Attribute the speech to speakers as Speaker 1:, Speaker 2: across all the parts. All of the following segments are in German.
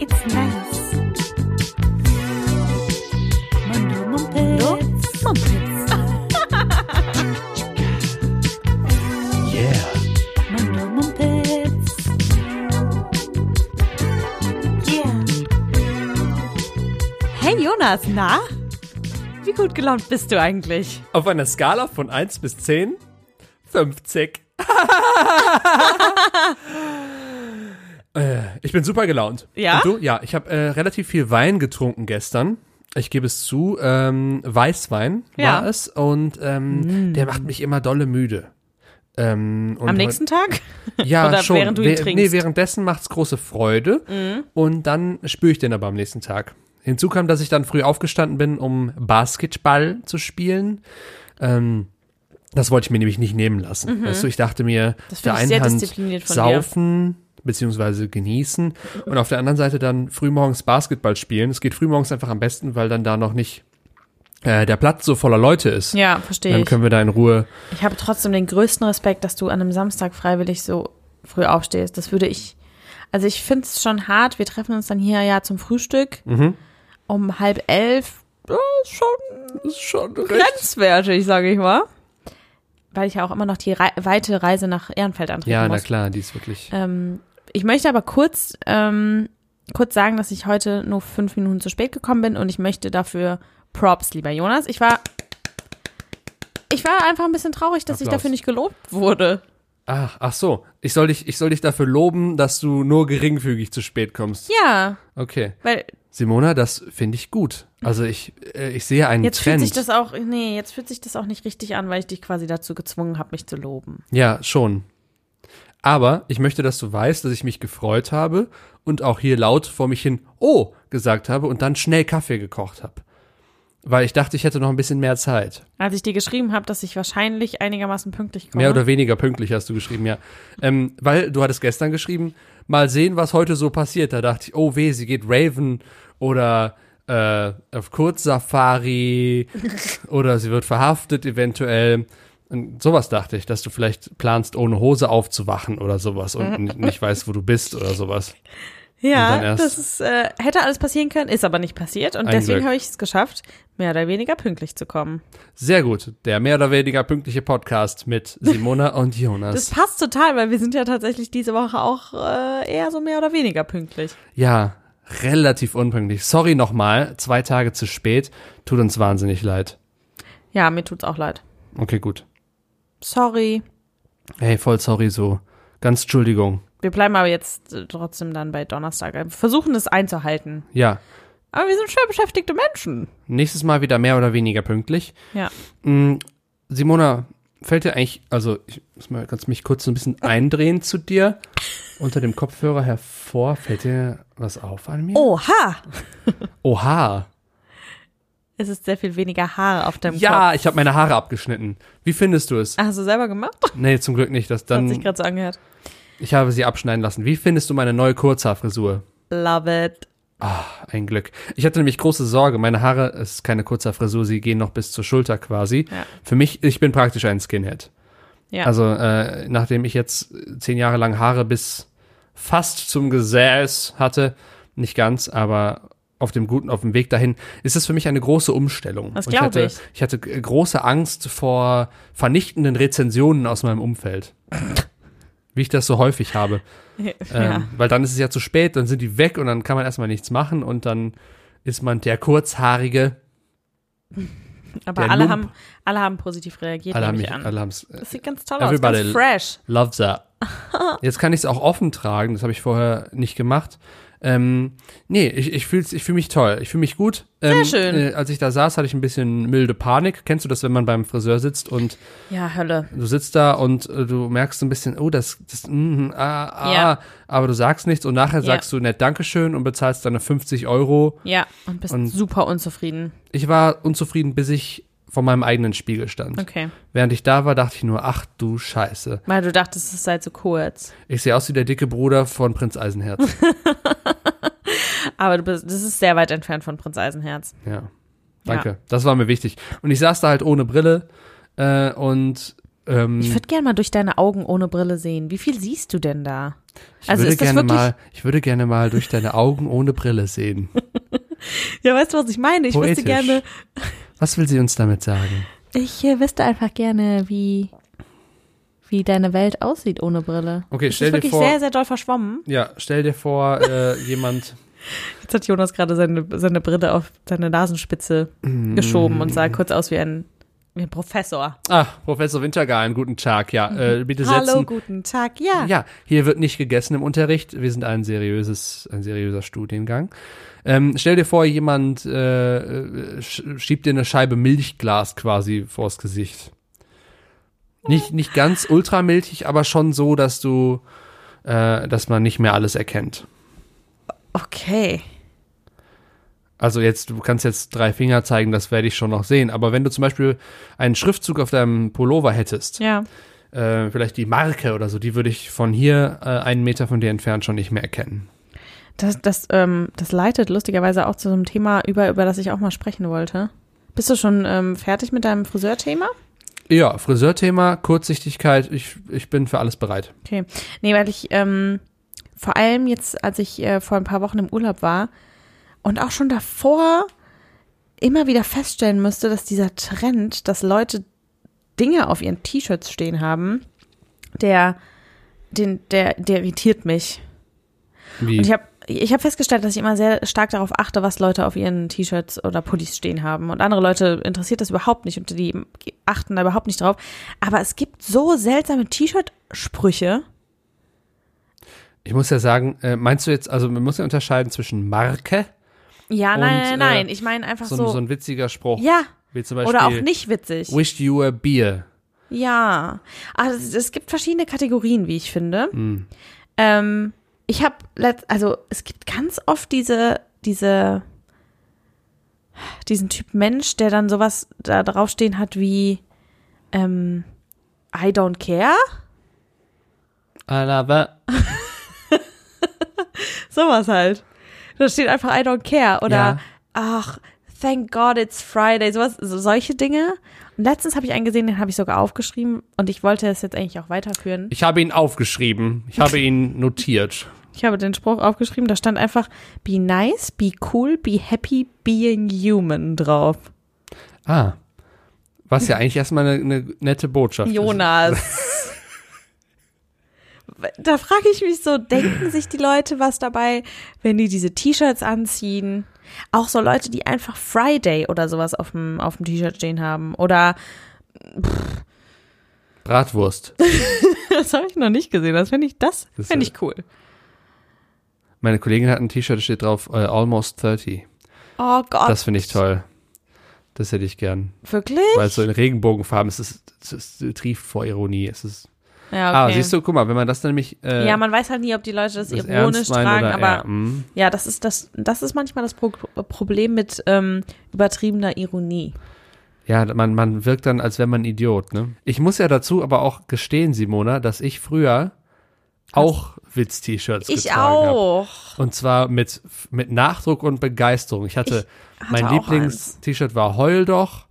Speaker 1: It's nice. Mundo Mumpitz. Mumpitz.
Speaker 2: Yeah.
Speaker 1: Mundo Mumpitz. Yeah.
Speaker 3: Hey Jonas, na? Wie gut gelaunt bist du eigentlich?
Speaker 4: Auf einer Skala von 1 bis 10? 50. äh, ich bin super gelaunt.
Speaker 3: Ja?
Speaker 4: Und du? Ja, ich habe äh, relativ viel Wein getrunken gestern. Ich gebe es zu, ähm, Weißwein
Speaker 3: Ja. Mm.
Speaker 4: war es und ähm, der macht mich immer dolle müde. Ähm, und
Speaker 3: Am
Speaker 4: heu-
Speaker 3: nächsten Tag?
Speaker 4: ja,
Speaker 3: Oder
Speaker 4: schon.
Speaker 3: während du ihn
Speaker 4: Wäh-
Speaker 3: trinkst? Mhm.
Speaker 4: Nee, währenddessen macht's große Freude und dann spüre ich den aber am nächsten Tag. Hinzu kam, dass ich dann früh aufgestanden bin, um Basketball zu spielen. Ähm, das wollte ich mir nämlich nicht nehmen lassen. Weißt du, ich dachte mir,
Speaker 3: Mhm. Das finde
Speaker 4: der
Speaker 3: ich
Speaker 4: einen
Speaker 3: sehr
Speaker 4: Hand
Speaker 3: diszipliniert von
Speaker 4: saufen beziehungsweise genießen und auf der anderen Seite dann frühmorgens Basketball spielen. Es geht frühmorgens einfach am besten, weil dann da noch nicht äh, der Platz so voller Leute ist.
Speaker 3: dir. Ja, verstehe
Speaker 4: Dann
Speaker 3: ich.
Speaker 4: können wir da in Ruhe
Speaker 3: Ich habe trotzdem den größten Respekt, dass du an einem Samstag freiwillig so früh aufstehst. Das würde ich. Also ich finde es schon hart. Wir treffen uns dann hier ja zum Frühstück
Speaker 4: Mhm.
Speaker 3: um halb elf. Das ist schon
Speaker 4: ist schon
Speaker 3: grenzwertig, sage ich mal. Weil ich ja auch immer noch die rei weite Reise nach Ehrenfeld antreten
Speaker 4: Ja, na
Speaker 3: muss.
Speaker 4: klar, die ist wirklich.
Speaker 3: Ähm, ich möchte aber kurz, ähm, kurz sagen, dass ich heute nur fünf Minuten zu spät gekommen bin und ich möchte dafür Props, lieber Jonas. Ich war, ich war einfach ein bisschen traurig, dass ich
Speaker 4: Applaus.
Speaker 3: dafür nicht gelobt wurde.
Speaker 4: Ah, Ach, ach so. Ich soll dich, ich soll dich dafür loben, dass du nur geringfügig zu spät kommst.
Speaker 3: Ja,
Speaker 4: Okay.
Speaker 3: weil
Speaker 4: Simona, das finde ich gut. Also ich, äh, ich sehe einen
Speaker 3: jetzt
Speaker 4: Trend.
Speaker 3: fühlt sich das auch, nee, jetzt fühlt sich das auch nicht richtig an, weil ich dich quasi dazu gezwungen habe, mich zu loben.
Speaker 4: ja, schon. Aber ich möchte, dass du weißt, dass ich mich gefreut habe und auch hier laut vor mich hin Oh gesagt habe und dann schnell Kaffee gekocht habe. Weil ich dachte, ich hätte noch ein bisschen mehr Zeit.
Speaker 3: Als ich dir geschrieben habe, dass ich wahrscheinlich einigermaßen pünktlich komme.
Speaker 4: Mehr oder weniger pünktlich hast du geschrieben, ja. Ähm, weil du hattest gestern geschrieben, mal sehen, was heute so passiert. Da dachte ich, oh weh, sie geht Raven oder äh, auf Kurzsafari oder sie wird verhaftet eventuell. Und sowas dachte ich, dass du vielleicht planst, ohne Hose aufzuwachen oder sowas und n- nicht weißt, wo du bist oder sowas. und dann
Speaker 3: ja,
Speaker 4: erst-
Speaker 3: das ist, äh, hätte alles passieren können, ist aber nicht passiert und
Speaker 4: Ein
Speaker 3: deswegen
Speaker 4: Glück.
Speaker 3: habe ich es geschafft, mehr oder weniger pünktlich zu kommen.
Speaker 4: Sehr gut, der mehr oder weniger pünktliche Podcast mit Simona und
Speaker 3: Das
Speaker 4: Jonas.
Speaker 3: passt total, weil wir sind ja tatsächlich diese Woche auch äh, eher so mehr oder weniger pünktlich.
Speaker 4: Ja, relativ unpünktlich. Sorry nochmal, zwei Tage zu spät. Tut uns wahnsinnig leid.
Speaker 3: Ja, mir tut's auch leid.
Speaker 4: Okay, gut.
Speaker 3: Sorry.
Speaker 4: Hey, voll sorry so. Ganz Entschuldigung.
Speaker 3: Wir bleiben aber jetzt äh, trotzdem dann bei Donnerstag. Wir versuchen es einzuhalten.
Speaker 4: Ja,
Speaker 3: Aber wir sind schwer beschäftigte Menschen.
Speaker 4: nächstes Mal wieder mehr oder weniger pünktlich.
Speaker 3: Ja.
Speaker 4: Mm, Simona, fällt dir eigentlich, also ich muss mal ganz mich kurz so ein
Speaker 3: Ah.
Speaker 4: bisschen eindrehen zu dir. Unter dem Kopfhörer hervor, fällt dir was auf an
Speaker 3: Oh.
Speaker 4: mir?
Speaker 3: Oha!
Speaker 4: Oha.
Speaker 3: Es ist sehr viel weniger Haare auf deinem Kopf. Ah,
Speaker 4: Ja, ich habe meine Haare abgeschnitten. Wie findest du es?
Speaker 3: Hast du selber gemacht?
Speaker 4: Nee, zum Glück nicht. Das
Speaker 3: Hat sich
Speaker 4: dann,
Speaker 3: gerade so angehört.
Speaker 4: ich habe sie abschneiden lassen. Wie findest du meine neue Kurzhaarfrisur?
Speaker 3: Love it.
Speaker 4: Ein Glück. Ich hatte nämlich große Sorge. Meine Haare, es ist keine kurze Frisur, sie gehen noch bis zur Schulter quasi.
Speaker 3: Ja.
Speaker 4: Für mich, ich bin praktisch ein Skinhead.
Speaker 3: Ja.
Speaker 4: Also, äh, nachdem ich jetzt zehn Jahre lang Haare bis fast zum Gesäß hatte, nicht ganz, aber auf dem guten, auf dem Weg dahin, ist es für mich eine große Umstellung.
Speaker 3: Das
Speaker 4: Und
Speaker 3: glaub
Speaker 4: hatte,
Speaker 3: ich.
Speaker 4: Ich hatte g- große Angst vor vernichtenden Rezensionen aus meinem Umfeld. Wie ich das so häufig habe.
Speaker 3: ja.
Speaker 4: Ähm, weil dann ist es ja zu spät, dann sind die weg und dann kann man erstmal nichts machen und dann ist man der Kurzhaarige.
Speaker 3: aber
Speaker 4: der
Speaker 3: alle
Speaker 4: Lump.
Speaker 3: haben, alle haben positiv reagiert.
Speaker 4: Alle haben
Speaker 3: nehme
Speaker 4: mich,
Speaker 3: ich an.
Speaker 4: alle haben's. äh,
Speaker 3: das sieht ganz toll
Speaker 4: Everybody-
Speaker 3: aus. Ganz fresh.
Speaker 4: Love that. Jetzt kann ich es auch offen tragen, das habe ich vorher nicht gemacht. Ähm, nee, ich, ich fühle ich fühl mich toll, ich fühle mich gut. Ähm,
Speaker 3: Sehr schön.
Speaker 4: Äh, als ich da saß, hatte ich ein bisschen milde Panik. Kennst du das, wenn man beim Friseur sitzt und
Speaker 3: Ja, Hölle.
Speaker 4: du sitzt da und äh, du merkst so ein bisschen, oh, das, das, mm, ah, ah,
Speaker 3: Ja.
Speaker 4: aber du sagst nichts und nachher
Speaker 3: Ja.
Speaker 4: sagst du nett Dankeschön und bezahlst deine 50 Euro.
Speaker 3: Ja, und bist
Speaker 4: Und-
Speaker 3: super unzufrieden.
Speaker 4: Ich war unzufrieden, bis ich vor meinem eigenen Spiegel stand.
Speaker 3: Okay.
Speaker 4: Während ich da war, dachte ich nur, ach du Scheiße.
Speaker 3: Weil du dachtest, es sei zu kurz.
Speaker 4: Ich sehe aus wie der dicke Bruder von Prinz Eisenherz.
Speaker 3: Aber du bist, das ist sehr weit entfernt von Prinz Eisenherz.
Speaker 4: Ja. Danke. Das war mir wichtig. Und ich saß da halt ohne Brille äh, und ähm,
Speaker 3: Ich würde gerne mal durch deine Augen ohne Brille sehen. Wie viel siehst du denn da?
Speaker 4: ich
Speaker 3: also
Speaker 4: würde gerne mal, ich würde gerne mal durch deine Augen ohne Brille sehen.
Speaker 3: Ja, weißt du, was ich meine? Ich wüsste
Speaker 4: Poetisch.
Speaker 3: gerne,
Speaker 4: Was will sie uns damit sagen?
Speaker 3: ich äh, wüsste einfach gerne, wie, wie deine Welt aussieht ohne Brille.
Speaker 4: Okay,
Speaker 3: Das
Speaker 4: stell
Speaker 3: ist
Speaker 4: dir
Speaker 3: wirklich
Speaker 4: vor,
Speaker 3: sehr, sehr doll verschwommen.
Speaker 4: ja, stell dir vor, äh, jemand,
Speaker 3: Jetzt hat Jonas gerade seine, seine Brille auf seine Nasenspitze
Speaker 4: Mm.
Speaker 3: geschoben und sah kurz aus wie ein, wie ein Professor.
Speaker 4: ah, Professor Wintergarten, guten Tag, ja, äh, bitte
Speaker 3: Hallo,
Speaker 4: setzen.
Speaker 3: guten Tag. Ja.
Speaker 4: Ja, hier wird nicht gegessen im Unterricht. Wir sind ein seriöses, ein seriöser Studiengang. Ähm, stell dir vor, jemand äh, äh, sch- schiebt dir eine Scheibe Milchglas quasi vors Gesicht. Nicht, nicht ganz ultramilchig, aber schon so, dass du, äh, dass man nicht mehr alles erkennt.
Speaker 3: Okay.
Speaker 4: Also jetzt, du kannst jetzt drei Finger zeigen, das werde ich schon noch sehen. Aber wenn du zum Beispiel einen Schriftzug auf deinem Pullover hättest,
Speaker 3: Ja.
Speaker 4: äh, vielleicht die Marke oder so, die würde ich von hier äh, einen Meter von dir entfernt schon nicht mehr erkennen.
Speaker 3: Das, das, ähm, das leitet lustigerweise auch zu so einem Thema über, über das ich auch mal sprechen wollte. Bist du schon ähm, fertig mit deinem Friseurthema?
Speaker 4: Ja, Friseurthema, Kurzsichtigkeit, ich, ich bin für alles bereit.
Speaker 3: Okay. Nee, weil ich ähm, vor allem jetzt, als ich äh, vor ein paar Wochen im Urlaub war und auch schon davor immer wieder feststellen musste, dass dieser Trend, dass Leute Dinge auf ihren T-Shirts stehen haben, der, den, der, der irritiert mich.
Speaker 4: Wie?
Speaker 3: Und ich habe ich hab festgestellt, dass ich immer sehr stark darauf achte, was Leute auf ihren T-Shirts oder Pullis stehen haben. Und andere Leute interessiert das überhaupt nicht und die achten da überhaupt nicht drauf. Aber es gibt so seltsame T-Shirt-Sprüche.
Speaker 4: ich muss ja sagen, äh, meinst du jetzt, also man muss ja unterscheiden zwischen Marke,
Speaker 3: Ja,
Speaker 4: Und,
Speaker 3: nein, nein, nein.
Speaker 4: äh,
Speaker 3: ich meine einfach
Speaker 4: so,
Speaker 3: so.
Speaker 4: ein- so ein witziger Spruch,
Speaker 3: ja,
Speaker 4: wie zum Beispiel
Speaker 3: oder auch nicht witzig.
Speaker 4: Wished you a beer.
Speaker 3: Ja. Also es, es gibt verschiedene Kategorien, wie ich finde.
Speaker 4: Hm.
Speaker 3: Ähm, ich habe, also es gibt ganz oft diese, diese, diesen Typ Mensch, der dann sowas da draufstehen hat wie ähm, I don't care.
Speaker 4: I love it.
Speaker 3: Sowas halt. Da steht einfach I don't care oder
Speaker 4: Ja.
Speaker 3: ach, thank God it's Friday, sowas, so, solche Dinge. Und letztens habe ich einen gesehen, den habe ich sogar aufgeschrieben und ich wollte es jetzt eigentlich auch weiterführen.
Speaker 4: Ich habe ihn aufgeschrieben, ich habe ihn notiert.
Speaker 3: Ich habe den Spruch aufgeschrieben, da stand einfach be nice, be cool, be happy, being human drauf.
Speaker 4: Ah, was ja eigentlich erstmal eine, eine nette Botschaft
Speaker 3: Jonas. Da frage ich mich so, denken sich die Leute was dabei, wenn die diese T-Shirts anziehen? Auch so Leute, die einfach Friday oder sowas auf dem, auf dem T-Shirt stehen haben. Oder,
Speaker 4: ist. Bratwurst.
Speaker 3: das habe ich noch nicht gesehen, das finde ich, das
Speaker 4: Das ist
Speaker 3: finde
Speaker 4: ja-
Speaker 3: ich cool.
Speaker 4: Meine Kollegin hat ein T-Shirt, da steht drauf, äh, almost 30.
Speaker 3: Oh Gott,
Speaker 4: Das finde ich toll. Das hätte ich gern.
Speaker 3: wirklich?
Speaker 4: Weil es so in Regenbogenfarben ist, es, es, es trieft vor Ironie. Es ist,
Speaker 3: Ja, okay.
Speaker 4: Ah, siehst du, guck mal, wenn man das dann nämlich äh,
Speaker 3: ja, man weiß halt nie, ob die Leute das,
Speaker 4: das
Speaker 3: ironisch
Speaker 4: ernst meint
Speaker 3: tragen,
Speaker 4: oder,
Speaker 3: aber
Speaker 4: ja, mm.
Speaker 3: Ja, das ist das, das ist manchmal das Pro Problem mit ähm, übertriebener Ironie.
Speaker 4: ja, man, man wirkt dann, als wäre man ein Idiot. Ne? Ich muss ja dazu aber auch gestehen, Simona, dass ich früher auch Witz-T-Shirts
Speaker 3: Ich
Speaker 4: getragen habe.
Speaker 3: auch.
Speaker 4: Und zwar mit, mit Nachdruck und Begeisterung. Ich hatte,
Speaker 3: hatte
Speaker 4: mein
Speaker 3: auch
Speaker 4: Lieblings-T-Shirt war Heul doch.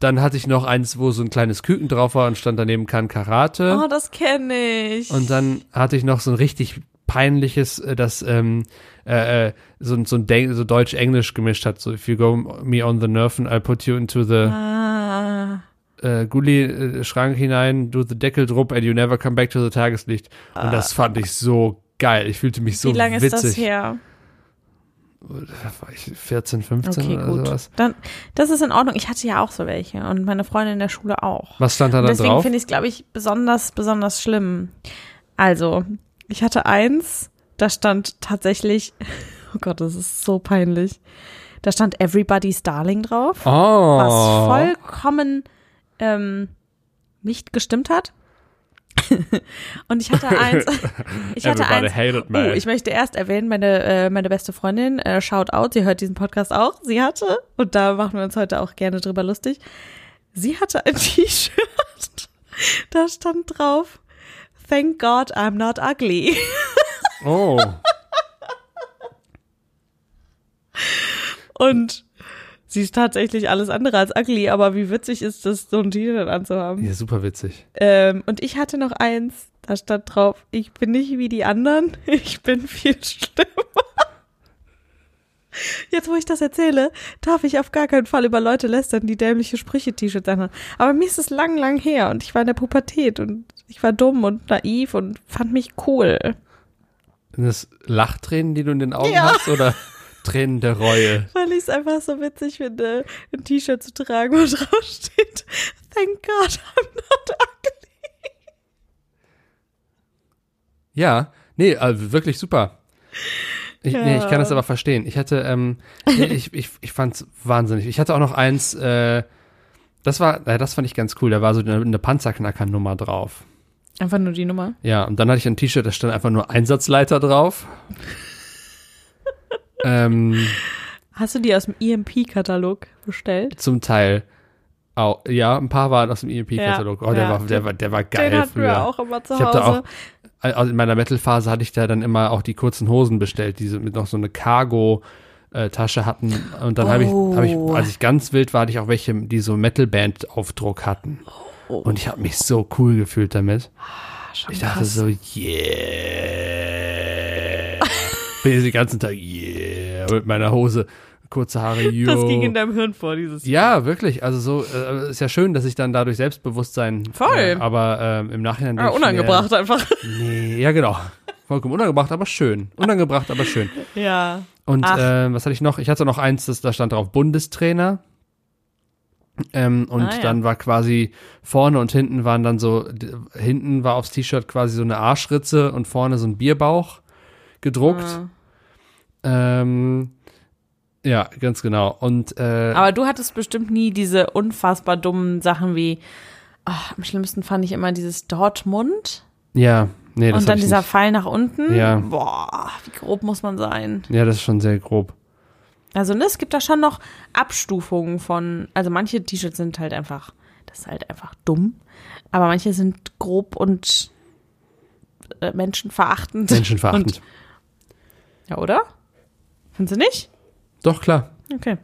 Speaker 4: Dann hatte ich noch eins, wo so ein kleines Küken drauf war und stand daneben kann Karate.
Speaker 3: Oh, das kenne ich.
Speaker 4: Und dann hatte ich noch so ein richtig peinliches, äh, das ähm, äh, äh, so, ein- so ein Deng- so Deutsch-Englisch gemischt hat. So, if you go me on the nerve and I'll put you into the
Speaker 3: ah,
Speaker 4: äh, Gulli-Schrank hinein, do the Deckel drup and you never come back to the Tageslicht. Und das fand ich so geil. Ich fühlte mich so
Speaker 3: Ah. wie lange
Speaker 4: witzig.
Speaker 3: ist das her?
Speaker 4: War ich 14, 15
Speaker 3: Okay,
Speaker 4: oder
Speaker 3: gut.
Speaker 4: sowas.
Speaker 3: Dann, das ist in Ordnung. Ich hatte ja auch so welche und meine Freundin in der Schule auch.
Speaker 4: Was stand da
Speaker 3: Und
Speaker 4: dann
Speaker 3: deswegen
Speaker 4: drauf?
Speaker 3: finde ich es, glaube ich, besonders, besonders schlimm. Also, ich hatte eins, da stand tatsächlich, oh Gott, das ist so peinlich. Da stand Everybody's Darling drauf.
Speaker 4: Oh.
Speaker 3: was vollkommen ähm, nicht gestimmt hat. und ich hatte eins. ich hatte
Speaker 4: Everybody
Speaker 3: eins.
Speaker 4: hated
Speaker 3: Oh,
Speaker 4: me.
Speaker 3: ich möchte erst erwähnen, meine, äh, meine beste Freundin, äh, shout out, sie hört diesen Podcast auch. Sie hatte, und da machen wir uns heute auch gerne drüber lustig, sie hatte ein T-Shirt. da stand drauf, thank God I'm not ugly.
Speaker 4: oh.
Speaker 3: Und sie ist tatsächlich alles andere als ugly, aber wie witzig ist das, so ein T-Shirt anzuhaben.
Speaker 4: Ja, super witzig.
Speaker 3: Ähm, und ich hatte noch eins, da stand drauf, ich bin nicht wie die anderen, ich bin viel schlimmer. Jetzt, wo ich das erzähle, darf ich auf gar keinen Fall über Leute lästern, die dämliche Sprüche-T-Shirts anhaben. Aber mir ist es lang, lang her und ich war in der Pubertät und ich war dumm und naiv und fand mich cool.
Speaker 4: Sind das Lachtränen, die du in den Augen
Speaker 3: Ja.
Speaker 4: hast oder Tränen der Reue?
Speaker 3: Weil ich es einfach so witzig finde, ein T-Shirt zu tragen, wo drauf steht, thank God I'm not ugly.
Speaker 4: Ja, nee, äh, wirklich super. Ich,
Speaker 3: Ja.
Speaker 4: nee, ich kann das aber verstehen. Ich hatte, ähm, nee, ich, ich, ich fand's wahnsinnig. Ich hatte auch noch eins, äh, das war, äh, das fand ich ganz cool. Da war so eine, eine Panzerknacker-Nummer drauf.
Speaker 3: Einfach nur die Nummer.
Speaker 4: Ja, und dann hatte ich ein T-Shirt, da stand einfach nur Einsatzleiter drauf. ähm,
Speaker 3: Hast du die aus dem EMP-Katalog bestellt?
Speaker 4: zum Teil. Au, ja, ein paar waren aus dem EMP-Katalog.
Speaker 3: Ja,
Speaker 4: oh, der,
Speaker 3: ja.
Speaker 4: war, der, war, der war geil
Speaker 3: Den hatten
Speaker 4: früher.
Speaker 3: wir auch immer zu
Speaker 4: Ich hab da
Speaker 3: Hause.
Speaker 4: also in meiner Metal-Phase hatte ich da dann immer auch die kurzen Hosen bestellt, die so mit noch so eine Cargo-Tasche hatten. Und dann habe ich,
Speaker 3: Oh.
Speaker 4: hab ich, als ich ganz wild war, hatte ich auch welche, die so Metal-Band-Aufdruck hatten.
Speaker 3: Oh.
Speaker 4: Und ich habe mich so cool gefühlt damit.
Speaker 3: Ah,
Speaker 4: ich dachte so, yeah. Bin jetzt den ganzen Tag, yeah, mit meiner Hose, kurze Haare, yo.
Speaker 3: Das ging in deinem Hirn vor, dieses
Speaker 4: Ja, wirklich. Also so äh, ist ja schön, dass ich dann dadurch Selbstbewusstsein.
Speaker 3: Voll.
Speaker 4: Äh, aber ähm, im Nachhinein.
Speaker 3: Ah,
Speaker 4: denk ich mir,
Speaker 3: unangebracht einfach.
Speaker 4: Nee, ja, genau. Vollkommen unangebracht, aber schön. Unangebracht, aber schön.
Speaker 3: Ja.
Speaker 4: Und
Speaker 3: Ach.
Speaker 4: äh, was hatte ich noch? Ich hatte noch eins, das, da stand drauf Bundestrainer. Ähm, und
Speaker 3: Ah, ja.
Speaker 4: dann war quasi vorne und hinten waren dann so, d- hinten war aufs T-Shirt quasi so eine Arschritze und vorne so ein Bierbauch gedruckt.
Speaker 3: Ah.
Speaker 4: Ähm, ja, ganz genau. Und äh,
Speaker 3: Aber du hattest bestimmt nie diese unfassbar dummen Sachen wie, ah, am schlimmsten fand ich immer dieses Dortmund
Speaker 4: ja, nee,
Speaker 3: und
Speaker 4: das hab
Speaker 3: dann
Speaker 4: ich
Speaker 3: dieser
Speaker 4: nicht.
Speaker 3: Pfeil nach unten.
Speaker 4: Ja.
Speaker 3: Boah, wie grob muss man sein?
Speaker 4: Ja, das ist schon sehr grob.
Speaker 3: Also ne, es gibt da schon noch Abstufungen von, also manche T-Shirts sind halt einfach, das ist halt einfach dumm, aber manche sind grob und äh, menschenverachtend.
Speaker 4: Menschenverachtend.
Speaker 3: Und, ja, oder? Findest du nicht?
Speaker 4: Doch, klar.
Speaker 3: Okay.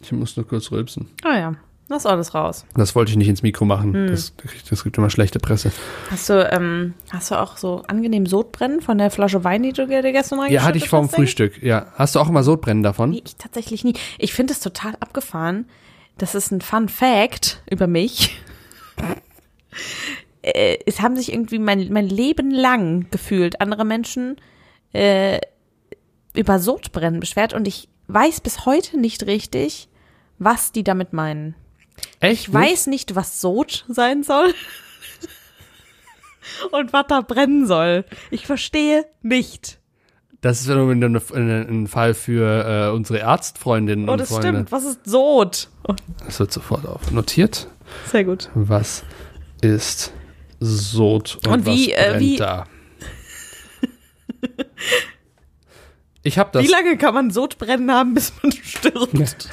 Speaker 4: Ich muss nur kurz rülpsen.
Speaker 3: Ah ja, lass alles raus.
Speaker 4: Das wollte ich nicht ins Mikro machen.
Speaker 3: Hm.
Speaker 4: Das, das gibt immer schlechte Presse.
Speaker 3: Hast du, ähm, hast du auch so angenehm Sodbrennen von der Flasche Wein, die du dir gestern reingeschüttet
Speaker 4: Ja, hatte ich vorm
Speaker 3: hast, Ding?
Speaker 4: Frühstück. Ja. Hast du auch immer Sodbrennen davon?
Speaker 3: Nee, ich tatsächlich nie. Ich finde es total abgefahren. Das ist ein Fun Fact über mich. äh, es haben sich irgendwie mein, mein Leben lang gefühlt andere Menschen äh, über Sodbrennen beschwert und ich weiß bis heute nicht richtig, was die damit meinen.
Speaker 4: Echt?
Speaker 3: Ich
Speaker 4: Hm?
Speaker 3: weiß nicht, was Sod sein soll und was da brennen soll. Ich verstehe nicht.
Speaker 4: Das ist ja nur eine- eine- ein Fall für äh, unsere Arztfreundinnen
Speaker 3: Oh,
Speaker 4: und
Speaker 3: das
Speaker 4: Freunde.
Speaker 3: stimmt. Was ist Sod? Oh,
Speaker 4: Das wird sofort auf. Notiert.
Speaker 3: sehr gut.
Speaker 4: Was ist Sod und,
Speaker 3: Und wie,
Speaker 4: was
Speaker 3: äh,
Speaker 4: brennt
Speaker 3: wie-
Speaker 4: da? Ich habe das.
Speaker 3: Wie lange kann man Sodbrennen haben, bis man stirbt?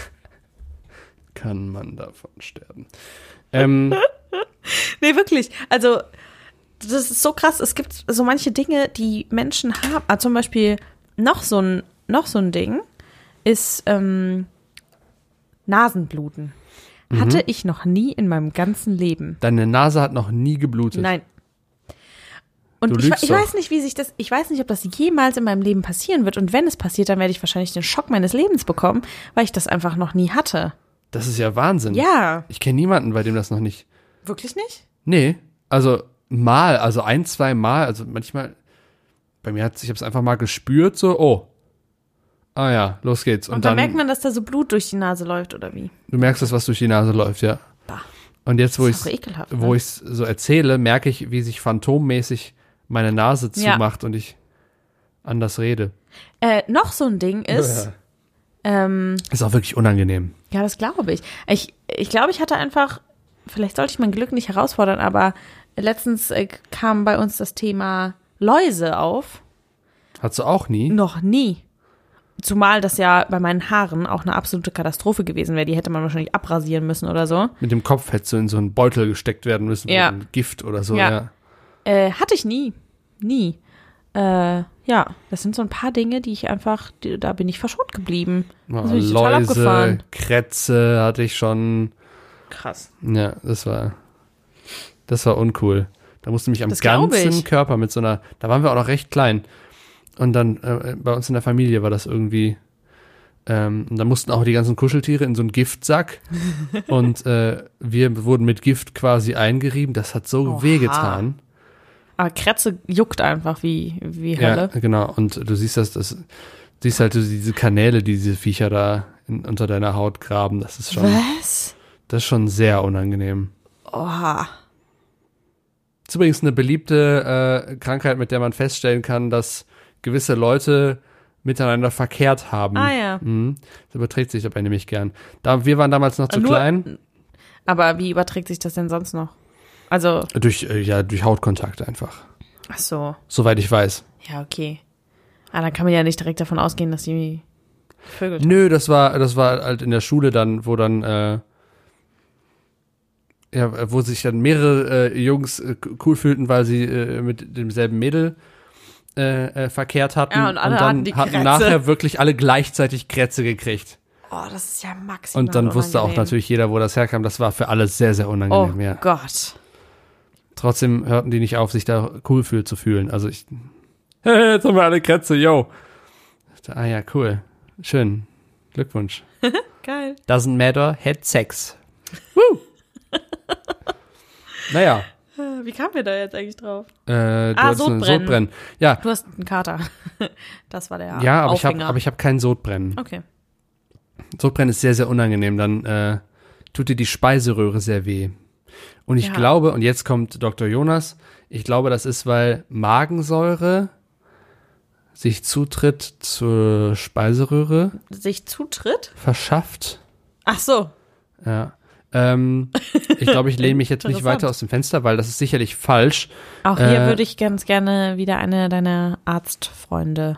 Speaker 4: Kann man davon sterben? Ähm,
Speaker 3: nee, wirklich. Also, das ist so krass. Es gibt so manche Dinge, die Menschen haben. Ah, zum Beispiel noch so ein, noch so ein Ding ist ähm, Nasenbluten. Hatte
Speaker 4: Mhm.
Speaker 3: ich noch nie in meinem ganzen Leben.
Speaker 4: deine Nase hat noch nie geblutet.
Speaker 3: Nein. Und
Speaker 4: Du
Speaker 3: ich,
Speaker 4: lügst
Speaker 3: ich
Speaker 4: doch.
Speaker 3: weiß nicht, wie sich das, ich weiß nicht, ob das jemals in meinem Leben passieren wird. Und wenn es passiert, dann werde ich wahrscheinlich den Schock meines Lebens bekommen, weil ich das einfach noch nie hatte.
Speaker 4: Das ist ja Wahnsinn.
Speaker 3: Ja.
Speaker 4: Ich kenne niemanden, bei dem das noch nicht.
Speaker 3: Wirklich nicht?
Speaker 4: Nee, also mal, also ein, zwei Mal, also manchmal, bei mir hat ich habe es einfach mal gespürt, so, oh. Ah ja, los geht's. Und,
Speaker 3: Und,
Speaker 4: dann,
Speaker 3: dann, merkt man, dass da so Blut durch die Nase läuft, oder wie?
Speaker 4: du merkst das, was durch die Nase läuft, ja.
Speaker 3: Bah.
Speaker 4: Und jetzt, wo
Speaker 3: Ist
Speaker 4: ich
Speaker 3: doch ekelhaft,
Speaker 4: wo
Speaker 3: ne?
Speaker 4: ich's so erzähle, merke ich, wie sich phantommäßig meine Nase
Speaker 3: Ja.
Speaker 4: zumacht und ich anders rede.
Speaker 3: Äh, noch so ein Ding ist, ähm,
Speaker 4: Ist auch wirklich unangenehm.
Speaker 3: ja, das glaube ich. Ich, ich glaube, ich hatte einfach, vielleicht sollte ich mein Glück nicht herausfordern, aber letztens äh, kam bei uns das Thema Läuse auf.
Speaker 4: Hattest du auch nie?
Speaker 3: Noch nie. Zumal das ja bei meinen Haaren auch eine absolute Katastrophe gewesen wäre. Die hätte man wahrscheinlich abrasieren müssen oder so.
Speaker 4: Mit dem Kopf hättest du in so einen Beutel gesteckt werden müssen,
Speaker 3: Ja.
Speaker 4: mit einem Gift oder so,
Speaker 3: Ja.
Speaker 4: ja.
Speaker 3: Äh, hatte ich nie. Nie. Äh, ja, das sind so ein paar Dinge, die ich einfach, die, da bin ich verschont geblieben.
Speaker 4: Ja,
Speaker 3: Das bin ich total abgefahren.
Speaker 4: Krätze hatte ich schon.
Speaker 3: Krass.
Speaker 4: Ja, das war, das war uncool. Da musste mich am
Speaker 3: Das glaub
Speaker 4: ganzen
Speaker 3: ich.
Speaker 4: Körper mit so einer, da waren wir auch noch recht klein. Und dann äh, bei uns in der Familie war das irgendwie, ähm, und da mussten auch die ganzen Kuscheltiere in so einen Giftsack. und äh, wir wurden mit Gift quasi eingerieben. Das hat so
Speaker 3: Oha.
Speaker 4: wehgetan.
Speaker 3: Aber Kretze juckt einfach wie, wie
Speaker 4: Ja,
Speaker 3: Hölle.
Speaker 4: genau. Und du siehst das, das siehst halt so diese Kanäle, die diese Viecher da in, unter deiner Haut graben. Das ist schon,
Speaker 3: Was?
Speaker 4: das ist schon sehr unangenehm.
Speaker 3: Oha.
Speaker 4: ist übrigens eine beliebte äh, Krankheit, mit der man feststellen kann, dass gewisse Leute miteinander verkehrt haben.
Speaker 3: Ah ja.
Speaker 4: Mhm. Das überträgt sich dabei nämlich gern. Da, wir waren damals noch zu
Speaker 3: Äh, Nur-
Speaker 4: klein.
Speaker 3: Aber wie überträgt sich das denn sonst noch? Also,
Speaker 4: Durch, äh, ja, durch Hautkontakt einfach.
Speaker 3: ach so.
Speaker 4: Soweit ich weiß.
Speaker 3: Ja, okay. Ah, dann kann man ja nicht direkt davon ausgehen, dass die Vögel.
Speaker 4: Nö, das war, das war halt in der Schule dann, wo dann, äh, ja, wo sich dann mehrere äh, Jungs äh, k- cool fühlten, weil sie äh, mit demselben Mädel äh, äh, verkehrt hatten.
Speaker 3: Ja, und alle
Speaker 4: dann
Speaker 3: hatten die Krätze.
Speaker 4: nachher wirklich alle gleichzeitig Krätze gekriegt.
Speaker 3: Oh, das ist ja maximal
Speaker 4: Und dann wusste auch
Speaker 3: unangenehm.
Speaker 4: natürlich jeder, wo das herkam. Das war für alle sehr, sehr
Speaker 3: Oh
Speaker 4: unangenehm, ja.
Speaker 3: Gott.
Speaker 4: Trotzdem hörten die nicht auf, sich da cool für zu fühlen. Also ich. Hey, jetzt haben wir alle Krätze, yo. Ich dachte, Ah ja, cool. Schön. Glückwunsch.
Speaker 3: Geil.
Speaker 4: Doesn't matter, had sex. Woo! naja.
Speaker 3: Ah, Wie kamen wir da jetzt eigentlich drauf?
Speaker 4: Äh, du
Speaker 3: Ah,
Speaker 4: hattest einen
Speaker 3: Sodbrennen.
Speaker 4: Sodbrennen. Ja,
Speaker 3: Du hast einen Kater. Das war der
Speaker 4: ja aber, ich hab,
Speaker 3: Aufhänger.
Speaker 4: aber ich habe keinen Sodbrennen.
Speaker 3: okay.
Speaker 4: Sodbrennen ist sehr, sehr unangenehm. Dann äh, tut dir die Speiseröhre sehr weh. Und ich
Speaker 3: Ja.
Speaker 4: glaube, und jetzt kommt Dr. Jonas, ich glaube, das ist, weil Magensäure sich Zutritt zur Speiseröhre
Speaker 3: Sich Zutritt?
Speaker 4: verschafft.
Speaker 3: Ach so.
Speaker 4: Ja. Ähm, ich glaube, ich lehne mich jetzt nicht
Speaker 3: Interessant.
Speaker 4: weiter aus dem Fenster, weil das ist sicherlich falsch.
Speaker 3: Auch hier
Speaker 4: Äh,
Speaker 3: würde ich ganz gerne wieder eine deiner Arztfreunde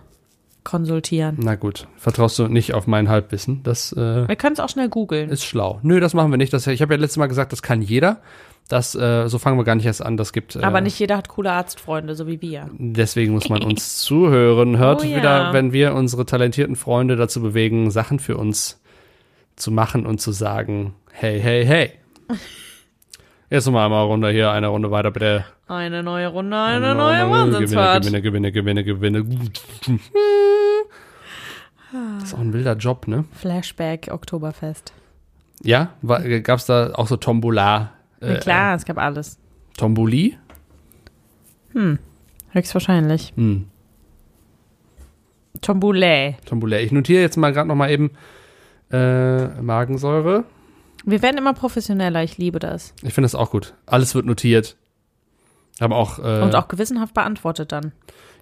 Speaker 3: konsultieren.
Speaker 4: Na gut, vertraust du nicht auf mein Halbwissen. Das äh,
Speaker 3: Wir können es auch schnell googeln.
Speaker 4: ist schlau. Nö, das machen wir nicht. Das, ich habe ja letztes Mal gesagt, das kann jeder. Das, äh, so fangen wir gar nicht erst an. Das gibt äh,
Speaker 3: Aber nicht jeder hat coole Arztfreunde, so wie wir.
Speaker 4: Deswegen muss man uns zuhören. Hört
Speaker 3: Oh ja.
Speaker 4: wieder, wenn wir unsere talentierten Freunde dazu bewegen, Sachen für uns zu machen und zu sagen, hey, hey, hey. Jetzt nochmal einmal Runde hier, eine Runde weiter, bitte.
Speaker 3: Eine neue Runde, eine neue Wahnsinnsfahrt.
Speaker 4: Gewinne, Gewinne, Gewinne, Gewinne, Gewinne. Das ist auch ein wilder Job, ne?
Speaker 3: Flashback Oktoberfest.
Speaker 4: Ja, war, gab's da auch so Tombola?
Speaker 3: Na klar,
Speaker 4: äh.
Speaker 3: es gab alles.
Speaker 4: Tomboli?
Speaker 3: Höchstwahrscheinlich.
Speaker 4: Hm.
Speaker 3: Tomboulet.
Speaker 4: Tombole. Ich notiere jetzt mal gerade nochmal eben äh, Magensäure.
Speaker 3: Wir werden immer professioneller, ich liebe das.
Speaker 4: Ich finde das auch gut. Alles wird notiert. Aber auch. Äh,
Speaker 3: Und auch gewissenhaft beantwortet dann.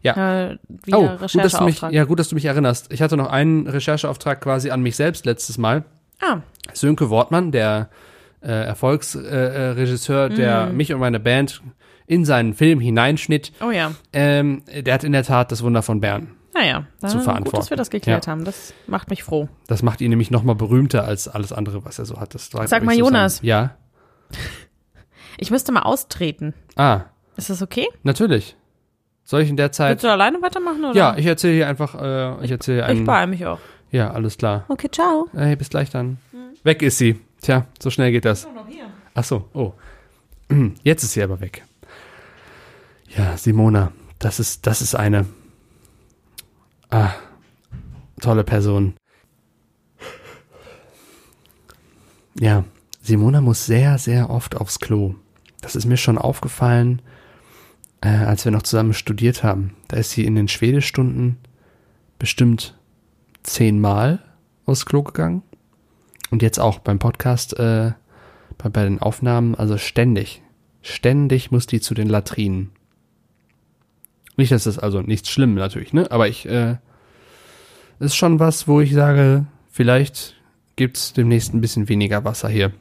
Speaker 4: Ja.
Speaker 3: Äh, via
Speaker 4: oh, gut, dass du mich,
Speaker 3: Rechercheauftrag.
Speaker 4: ja, gut, dass du mich erinnerst. Ich hatte noch einen Rechercheauftrag quasi an mich selbst letztes Mal.
Speaker 3: Ah,
Speaker 4: Sönke Wortmann, der äh, Erfolgsregisseur, äh, Regisseur, der
Speaker 3: Mhm.
Speaker 4: mich und meine Band in seinen Film hineinschnitt,
Speaker 3: oh ja.
Speaker 4: ähm, der hat in der Tat das Wunder von Bern.
Speaker 3: Naja,
Speaker 4: Zu
Speaker 3: dann
Speaker 4: verantworten.
Speaker 3: gut, dass wir das geklärt
Speaker 4: Ja.
Speaker 3: haben. Das macht mich froh.
Speaker 4: Das macht ihn nämlich nochmal berühmter als alles andere, was er so hat. Das treibt
Speaker 3: Sag mal,
Speaker 4: übrigens zusammen.
Speaker 3: Jonas.
Speaker 4: Ja.
Speaker 3: Ich müsste mal austreten.
Speaker 4: Ah,
Speaker 3: Ist das okay?
Speaker 4: natürlich. Soll ich in der
Speaker 3: Willst
Speaker 4: Zeit.
Speaker 3: du alleine weitermachen? Oder?
Speaker 4: Äh, Ja, ich erzähle hier einfach. Äh, ich erzähle
Speaker 3: Ich
Speaker 4: einen.
Speaker 3: beeile mich auch.
Speaker 4: Ja, alles klar.
Speaker 3: Okay, ciao.
Speaker 4: Hey, bis gleich dann. Weg ist sie. Tja, so schnell geht das. Ach so, oh. Jetzt ist sie aber weg. Ja, Simona, das ist, das ist eine ah, tolle Person. Ja, Simona muss sehr, sehr oft aufs Klo. Das ist mir schon aufgefallen, äh, als wir noch zusammen studiert haben. Da ist sie in den Schwedestunden bestimmt zehnmal aufs Klo gegangen. Und jetzt auch beim Podcast, äh, bei, bei den Aufnahmen, also ständig. Ständig muss die zu den Latrinen. Nicht, dass das also nichts schlimm natürlich, ne? Aber ich, äh, ist schon was, wo ich sage, vielleicht gibt's demnächst ein bisschen weniger Wasser hier.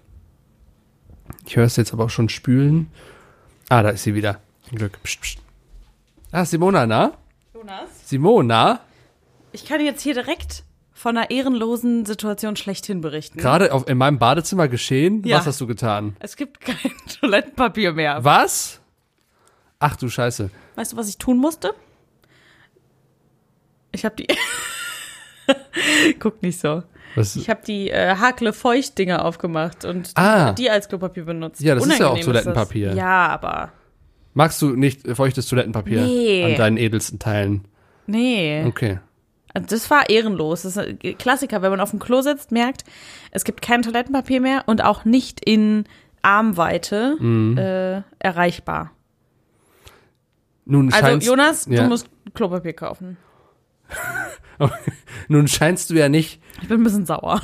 Speaker 4: Ich höre es jetzt aber auch schon spülen. Ah, da ist sie wieder. Zum Glück. Psst, psst. Ah, Simona, na?
Speaker 3: Jonas?
Speaker 4: Simona?
Speaker 3: Ich kann jetzt hier direkt von einer ehrenlosen Situation schlechthin berichten.
Speaker 4: Gerade auf, in meinem Badezimmer geschehen?
Speaker 3: Ja.
Speaker 4: Was hast du getan?
Speaker 3: Es gibt kein Toilettenpapier mehr.
Speaker 4: Was? Ach du Scheiße.
Speaker 3: Weißt du, was ich tun musste? Ich habe die. Guck nicht so.
Speaker 4: Was,
Speaker 3: Ich habe die äh, Hakle Feucht-Dinger aufgemacht und die,
Speaker 4: Ah.
Speaker 3: die als Klopapier benutzt.
Speaker 4: Ja, das ist ja auch
Speaker 3: Unangenehm ist das.
Speaker 4: Toilettenpapier.
Speaker 3: Ja, aber.
Speaker 4: magst du nicht feuchtes Toilettenpapier
Speaker 3: Nee.
Speaker 4: an deinen edelsten Teilen?
Speaker 3: Nee.
Speaker 4: Okay.
Speaker 3: Also das war ehrenlos. Das ist ein Klassiker, wenn man auf dem Klo sitzt, merkt, es gibt kein Toilettenpapier mehr und auch nicht in Armweite
Speaker 4: Mhm.
Speaker 3: äh, erreichbar.
Speaker 4: Nun
Speaker 3: Also
Speaker 4: scheinst,
Speaker 3: Jonas,
Speaker 4: ja.
Speaker 3: du musst Klopapier kaufen.
Speaker 4: nun scheinst du ja nicht,
Speaker 3: Ich bin ein bisschen sauer.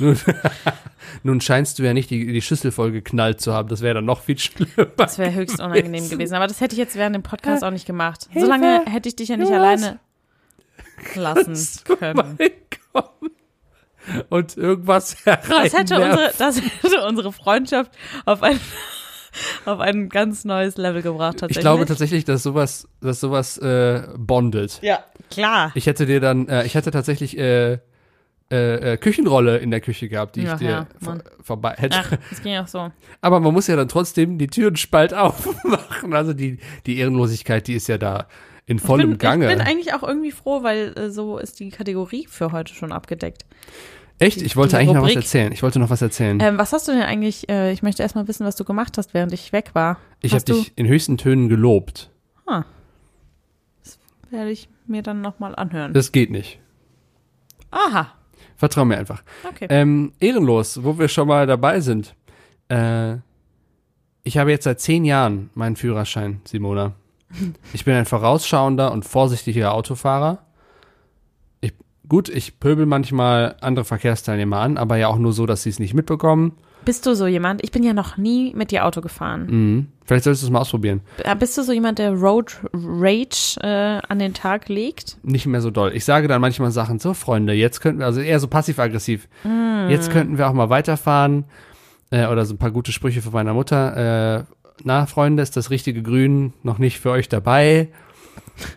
Speaker 4: nun scheinst du ja nicht die, die Schüssel voll geknallt zu haben. Das wäre dann noch viel schlimmer.
Speaker 3: Das wäre höchst unangenehm gewesen. Aber das hätte ich jetzt während dem Podcast auch nicht gemacht. Solange hätte ich dich ja nicht alleine lassen können.
Speaker 4: Oh Und irgendwas herein.
Speaker 3: Das hätte, unsere, das hätte unsere Freundschaft auf ein, auf ein ganz neues Level gebracht tatsächlich.
Speaker 4: ich glaube tatsächlich, dass sowas, dass sowas äh, bondet.
Speaker 3: Ja, klar.
Speaker 4: Ich hätte dir dann, äh, ich hätte tatsächlich äh, äh, äh, Küchenrolle in der Küche gehabt, die
Speaker 3: Ach
Speaker 4: ich dir
Speaker 3: ja,
Speaker 4: vor-
Speaker 3: Mann.
Speaker 4: vorbei hätte.
Speaker 3: Ach, das ging auch so.
Speaker 4: Aber man muss ja dann trotzdem die Türenspalt aufmachen. Also die, die Ehrenlosigkeit, die ist ja da in vollem
Speaker 3: bin,
Speaker 4: Gange.
Speaker 3: Ich bin eigentlich auch irgendwie froh, weil äh, so ist die Kategorie für heute schon abgedeckt.
Speaker 4: Echt? Ich wollte
Speaker 3: die
Speaker 4: eigentlich noch was
Speaker 3: Rubrik-
Speaker 4: erzählen. Ich wollte noch was erzählen.
Speaker 3: Ähm, was hast du denn eigentlich, äh, ich möchte erstmal wissen, was du gemacht hast, während ich weg war.
Speaker 4: ich habe
Speaker 3: hast du,
Speaker 4: dich in höchsten Tönen gelobt.
Speaker 3: werde ich mir dann nochmal anhören.
Speaker 4: Das geht nicht.
Speaker 3: Aha,
Speaker 4: Vertrau mir einfach.
Speaker 3: okay.
Speaker 4: Ähm, ehrenlos, wo wir schon mal dabei sind. Äh, ich habe jetzt seit zehn Jahren meinen Führerschein, Simona. Ich bin ein vorausschauender und vorsichtiger Autofahrer. Ich, gut, ich pöbel manchmal andere Verkehrsteilnehmer an, aber ja auch nur so, dass sie es nicht mitbekommen.
Speaker 3: Bist du so jemand? Ich bin ja noch nie mit dir Auto gefahren.
Speaker 4: Mhm. Vielleicht solltest du es mal ausprobieren.
Speaker 3: Äh, Bist du so jemand, der Road Rage äh, an den Tag legt?
Speaker 4: Nicht mehr so doll. Ich sage dann manchmal Sachen, so Freunde, jetzt könnten wir, also eher so passiv-aggressiv,
Speaker 3: Mhm.
Speaker 4: jetzt könnten wir auch mal weiterfahren. Äh, oder so ein paar gute Sprüche von meiner Mutter. Äh, na, Freunde, ist das richtige Grün noch nicht für euch dabei?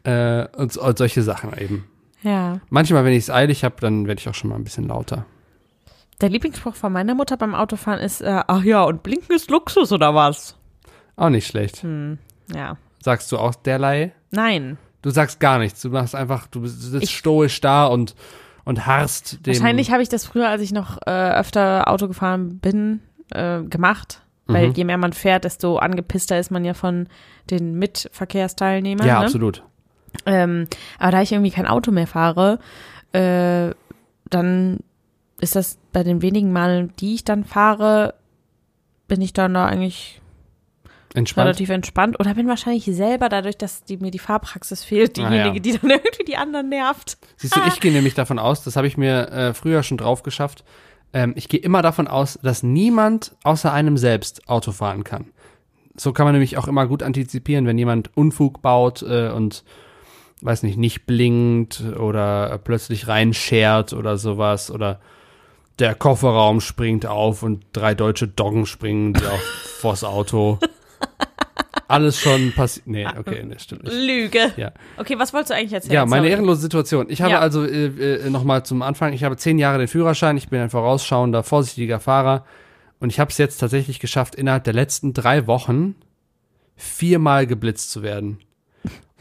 Speaker 4: Äh, und, so- und solche Sachen eben.
Speaker 3: Ja.
Speaker 4: Manchmal, wenn ich es eilig habe, dann werde ich auch schon mal ein bisschen lauter.
Speaker 3: Der Lieblingsspruch von meiner Mutter beim Autofahren ist, äh, ach ja, und blinken ist Luxus oder was?
Speaker 4: Auch nicht schlecht.
Speaker 3: Hm. Ja.
Speaker 4: Sagst du auch derlei?
Speaker 3: Nein.
Speaker 4: Du sagst gar nichts. Du machst einfach, du bist- sitzt stoisch da und, und harrst dem.
Speaker 3: Wahrscheinlich habe ich das früher, als ich noch äh, öfter Auto gefahren bin, äh, gemacht. Weil
Speaker 4: Mhm.
Speaker 3: je mehr man fährt, desto angepisster ist man ja von den Mitverkehrsteilnehmern.
Speaker 4: Ja,
Speaker 3: ne?
Speaker 4: absolut.
Speaker 3: Ähm, aber da ich irgendwie kein Auto mehr fahre, äh, dann ist das bei den wenigen Malen, die ich dann fahre, bin ich dann da eigentlich
Speaker 4: Entspannt.
Speaker 3: relativ entspannt oder bin wahrscheinlich selber dadurch, dass die, mir die Fahrpraxis fehlt,
Speaker 4: Ah,
Speaker 3: diejenige,
Speaker 4: ja.
Speaker 3: die dann irgendwie die anderen nervt.
Speaker 4: Siehst du, ich gehe nämlich davon aus, das habe ich mir äh, früher schon drauf geschafft, ähm, ich gehe immer davon aus, dass niemand außer einem selbst Auto fahren kann. So kann man nämlich auch immer gut antizipieren, wenn jemand Unfug baut äh, und, weiß nicht, nicht blinkt oder plötzlich reinschert oder sowas oder der Kofferraum springt auf und drei deutsche Doggen springen die auf vors Auto. Alles schon passiert. Nee, okay, nee, stimmt nicht.
Speaker 3: Lüge.
Speaker 4: Ja.
Speaker 3: Okay, was wolltest du eigentlich erzählen?
Speaker 4: Ja, meine
Speaker 3: Sorry.
Speaker 4: ehrenlose Situation. Ich habe
Speaker 3: Ja.
Speaker 4: also äh, äh, nochmal zum Anfang, ich habe zehn Jahre den Führerschein, ich bin ein vorausschauender, vorsichtiger Fahrer und ich habe es jetzt tatsächlich geschafft, innerhalb der letzten drei Wochen viermal geblitzt zu werden.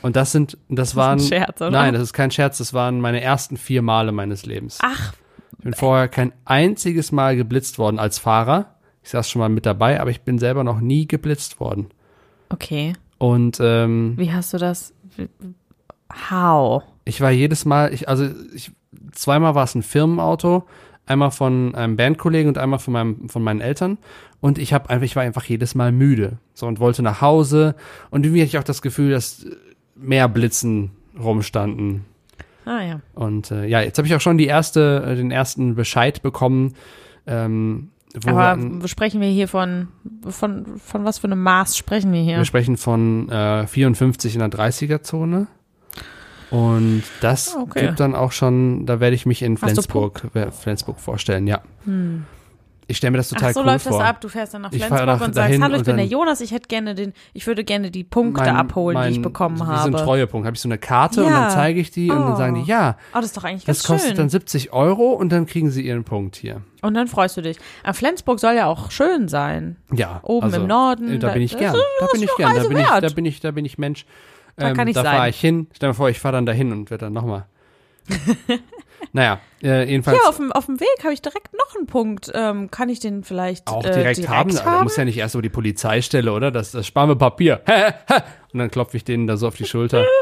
Speaker 4: Und das sind, das, waren,
Speaker 3: ein Scherz, oder?
Speaker 4: nein, das ist kein Scherz, das waren meine ersten vier Male meines Lebens.
Speaker 3: Ach,
Speaker 4: Ich bin vorher kein einziges Mal geblitzt worden als Fahrer. Ich saß schon mal mit dabei, aber ich bin selber noch nie geblitzt worden.
Speaker 3: okay.
Speaker 4: Und ähm,
Speaker 3: Wie hast du das? How?
Speaker 4: Ich war jedes Mal, ich, also ich, zweimal war es ein Firmenauto, einmal von einem Bandkollegen und einmal von, meinem, von meinen Eltern. Und ich habe einfach, ich war einfach jedes Mal müde. So und wollte nach Hause. Und irgendwie hatte ich auch das Gefühl, dass äh, mehr Blitzen rumstanden.
Speaker 3: Ah ja.
Speaker 4: Und äh, ja, jetzt habe ich auch schon die erste, äh, den ersten Bescheid bekommen. Ähm, wo wir, an-
Speaker 3: Aber sprechen wir hier von, von, von was für einem Maß sprechen wir hier?
Speaker 4: wir sprechen von äh, 54 in der 30er-Zone. Und das
Speaker 3: Ah, okay.
Speaker 4: gibt dann auch schon, da werde ich mich in
Speaker 3: Hast du Hm.
Speaker 4: Flensburg, äh, Flensburg vorstellen, ja. Ich stelle mir das total
Speaker 3: Ach, so
Speaker 4: cool
Speaker 3: läuft
Speaker 4: vor.
Speaker 3: das ab. Du fährst dann nach
Speaker 4: Ich fahr
Speaker 3: Flensburg
Speaker 4: nach-
Speaker 3: und sagst,
Speaker 4: dahin
Speaker 3: hallo, ich
Speaker 4: und
Speaker 3: bin der
Speaker 4: dann-
Speaker 3: Jonas, ich hätte gerne den, ich würde gerne die Punkte
Speaker 4: Mein-
Speaker 3: abholen, die
Speaker 4: mein-
Speaker 3: ich bekommen
Speaker 4: wie So
Speaker 3: habe.
Speaker 4: ein Treuepunkt. Habe ich so eine Karte und
Speaker 3: Ja.
Speaker 4: dann zeige ich die und dann
Speaker 3: Oh.
Speaker 4: sagen die, ja,
Speaker 3: oh, das ist doch eigentlich
Speaker 4: das
Speaker 3: ganz
Speaker 4: kostet
Speaker 3: schön.
Speaker 4: dann 70 Euro und dann kriegen sie ihren Punkt hier.
Speaker 3: und dann freust du dich. Aber Flensburg soll ja auch schön sein.
Speaker 4: Ja.
Speaker 3: Oben
Speaker 4: also,
Speaker 3: im Norden,
Speaker 4: äh, Da
Speaker 3: da-
Speaker 4: bin ich
Speaker 3: das
Speaker 4: gern.
Speaker 3: ist-
Speaker 4: Da
Speaker 3: das ist
Speaker 4: bin ich
Speaker 3: eine
Speaker 4: gern. Da
Speaker 3: Reise
Speaker 4: bin ich, da
Speaker 3: wert.
Speaker 4: bin ich, da bin ich Mensch. Ähm,
Speaker 3: Da kann ich
Speaker 4: da
Speaker 3: sein.
Speaker 4: fahre ich hin. Stell mir vor, ich fahre dann dahin und werde dann nochmal naja, äh, jedenfalls
Speaker 3: Ja, auf dem, auf dem Weg habe ich direkt noch einen Punkt. Ähm, kann ich den vielleicht
Speaker 4: auch
Speaker 3: äh,
Speaker 4: direkt, haben. Also
Speaker 3: haben?
Speaker 4: Da muss ja nicht erst über die Polizeistelle, oder? Das, das sparen wir Papier. Und dann klopfe ich denen da so auf die Schulter.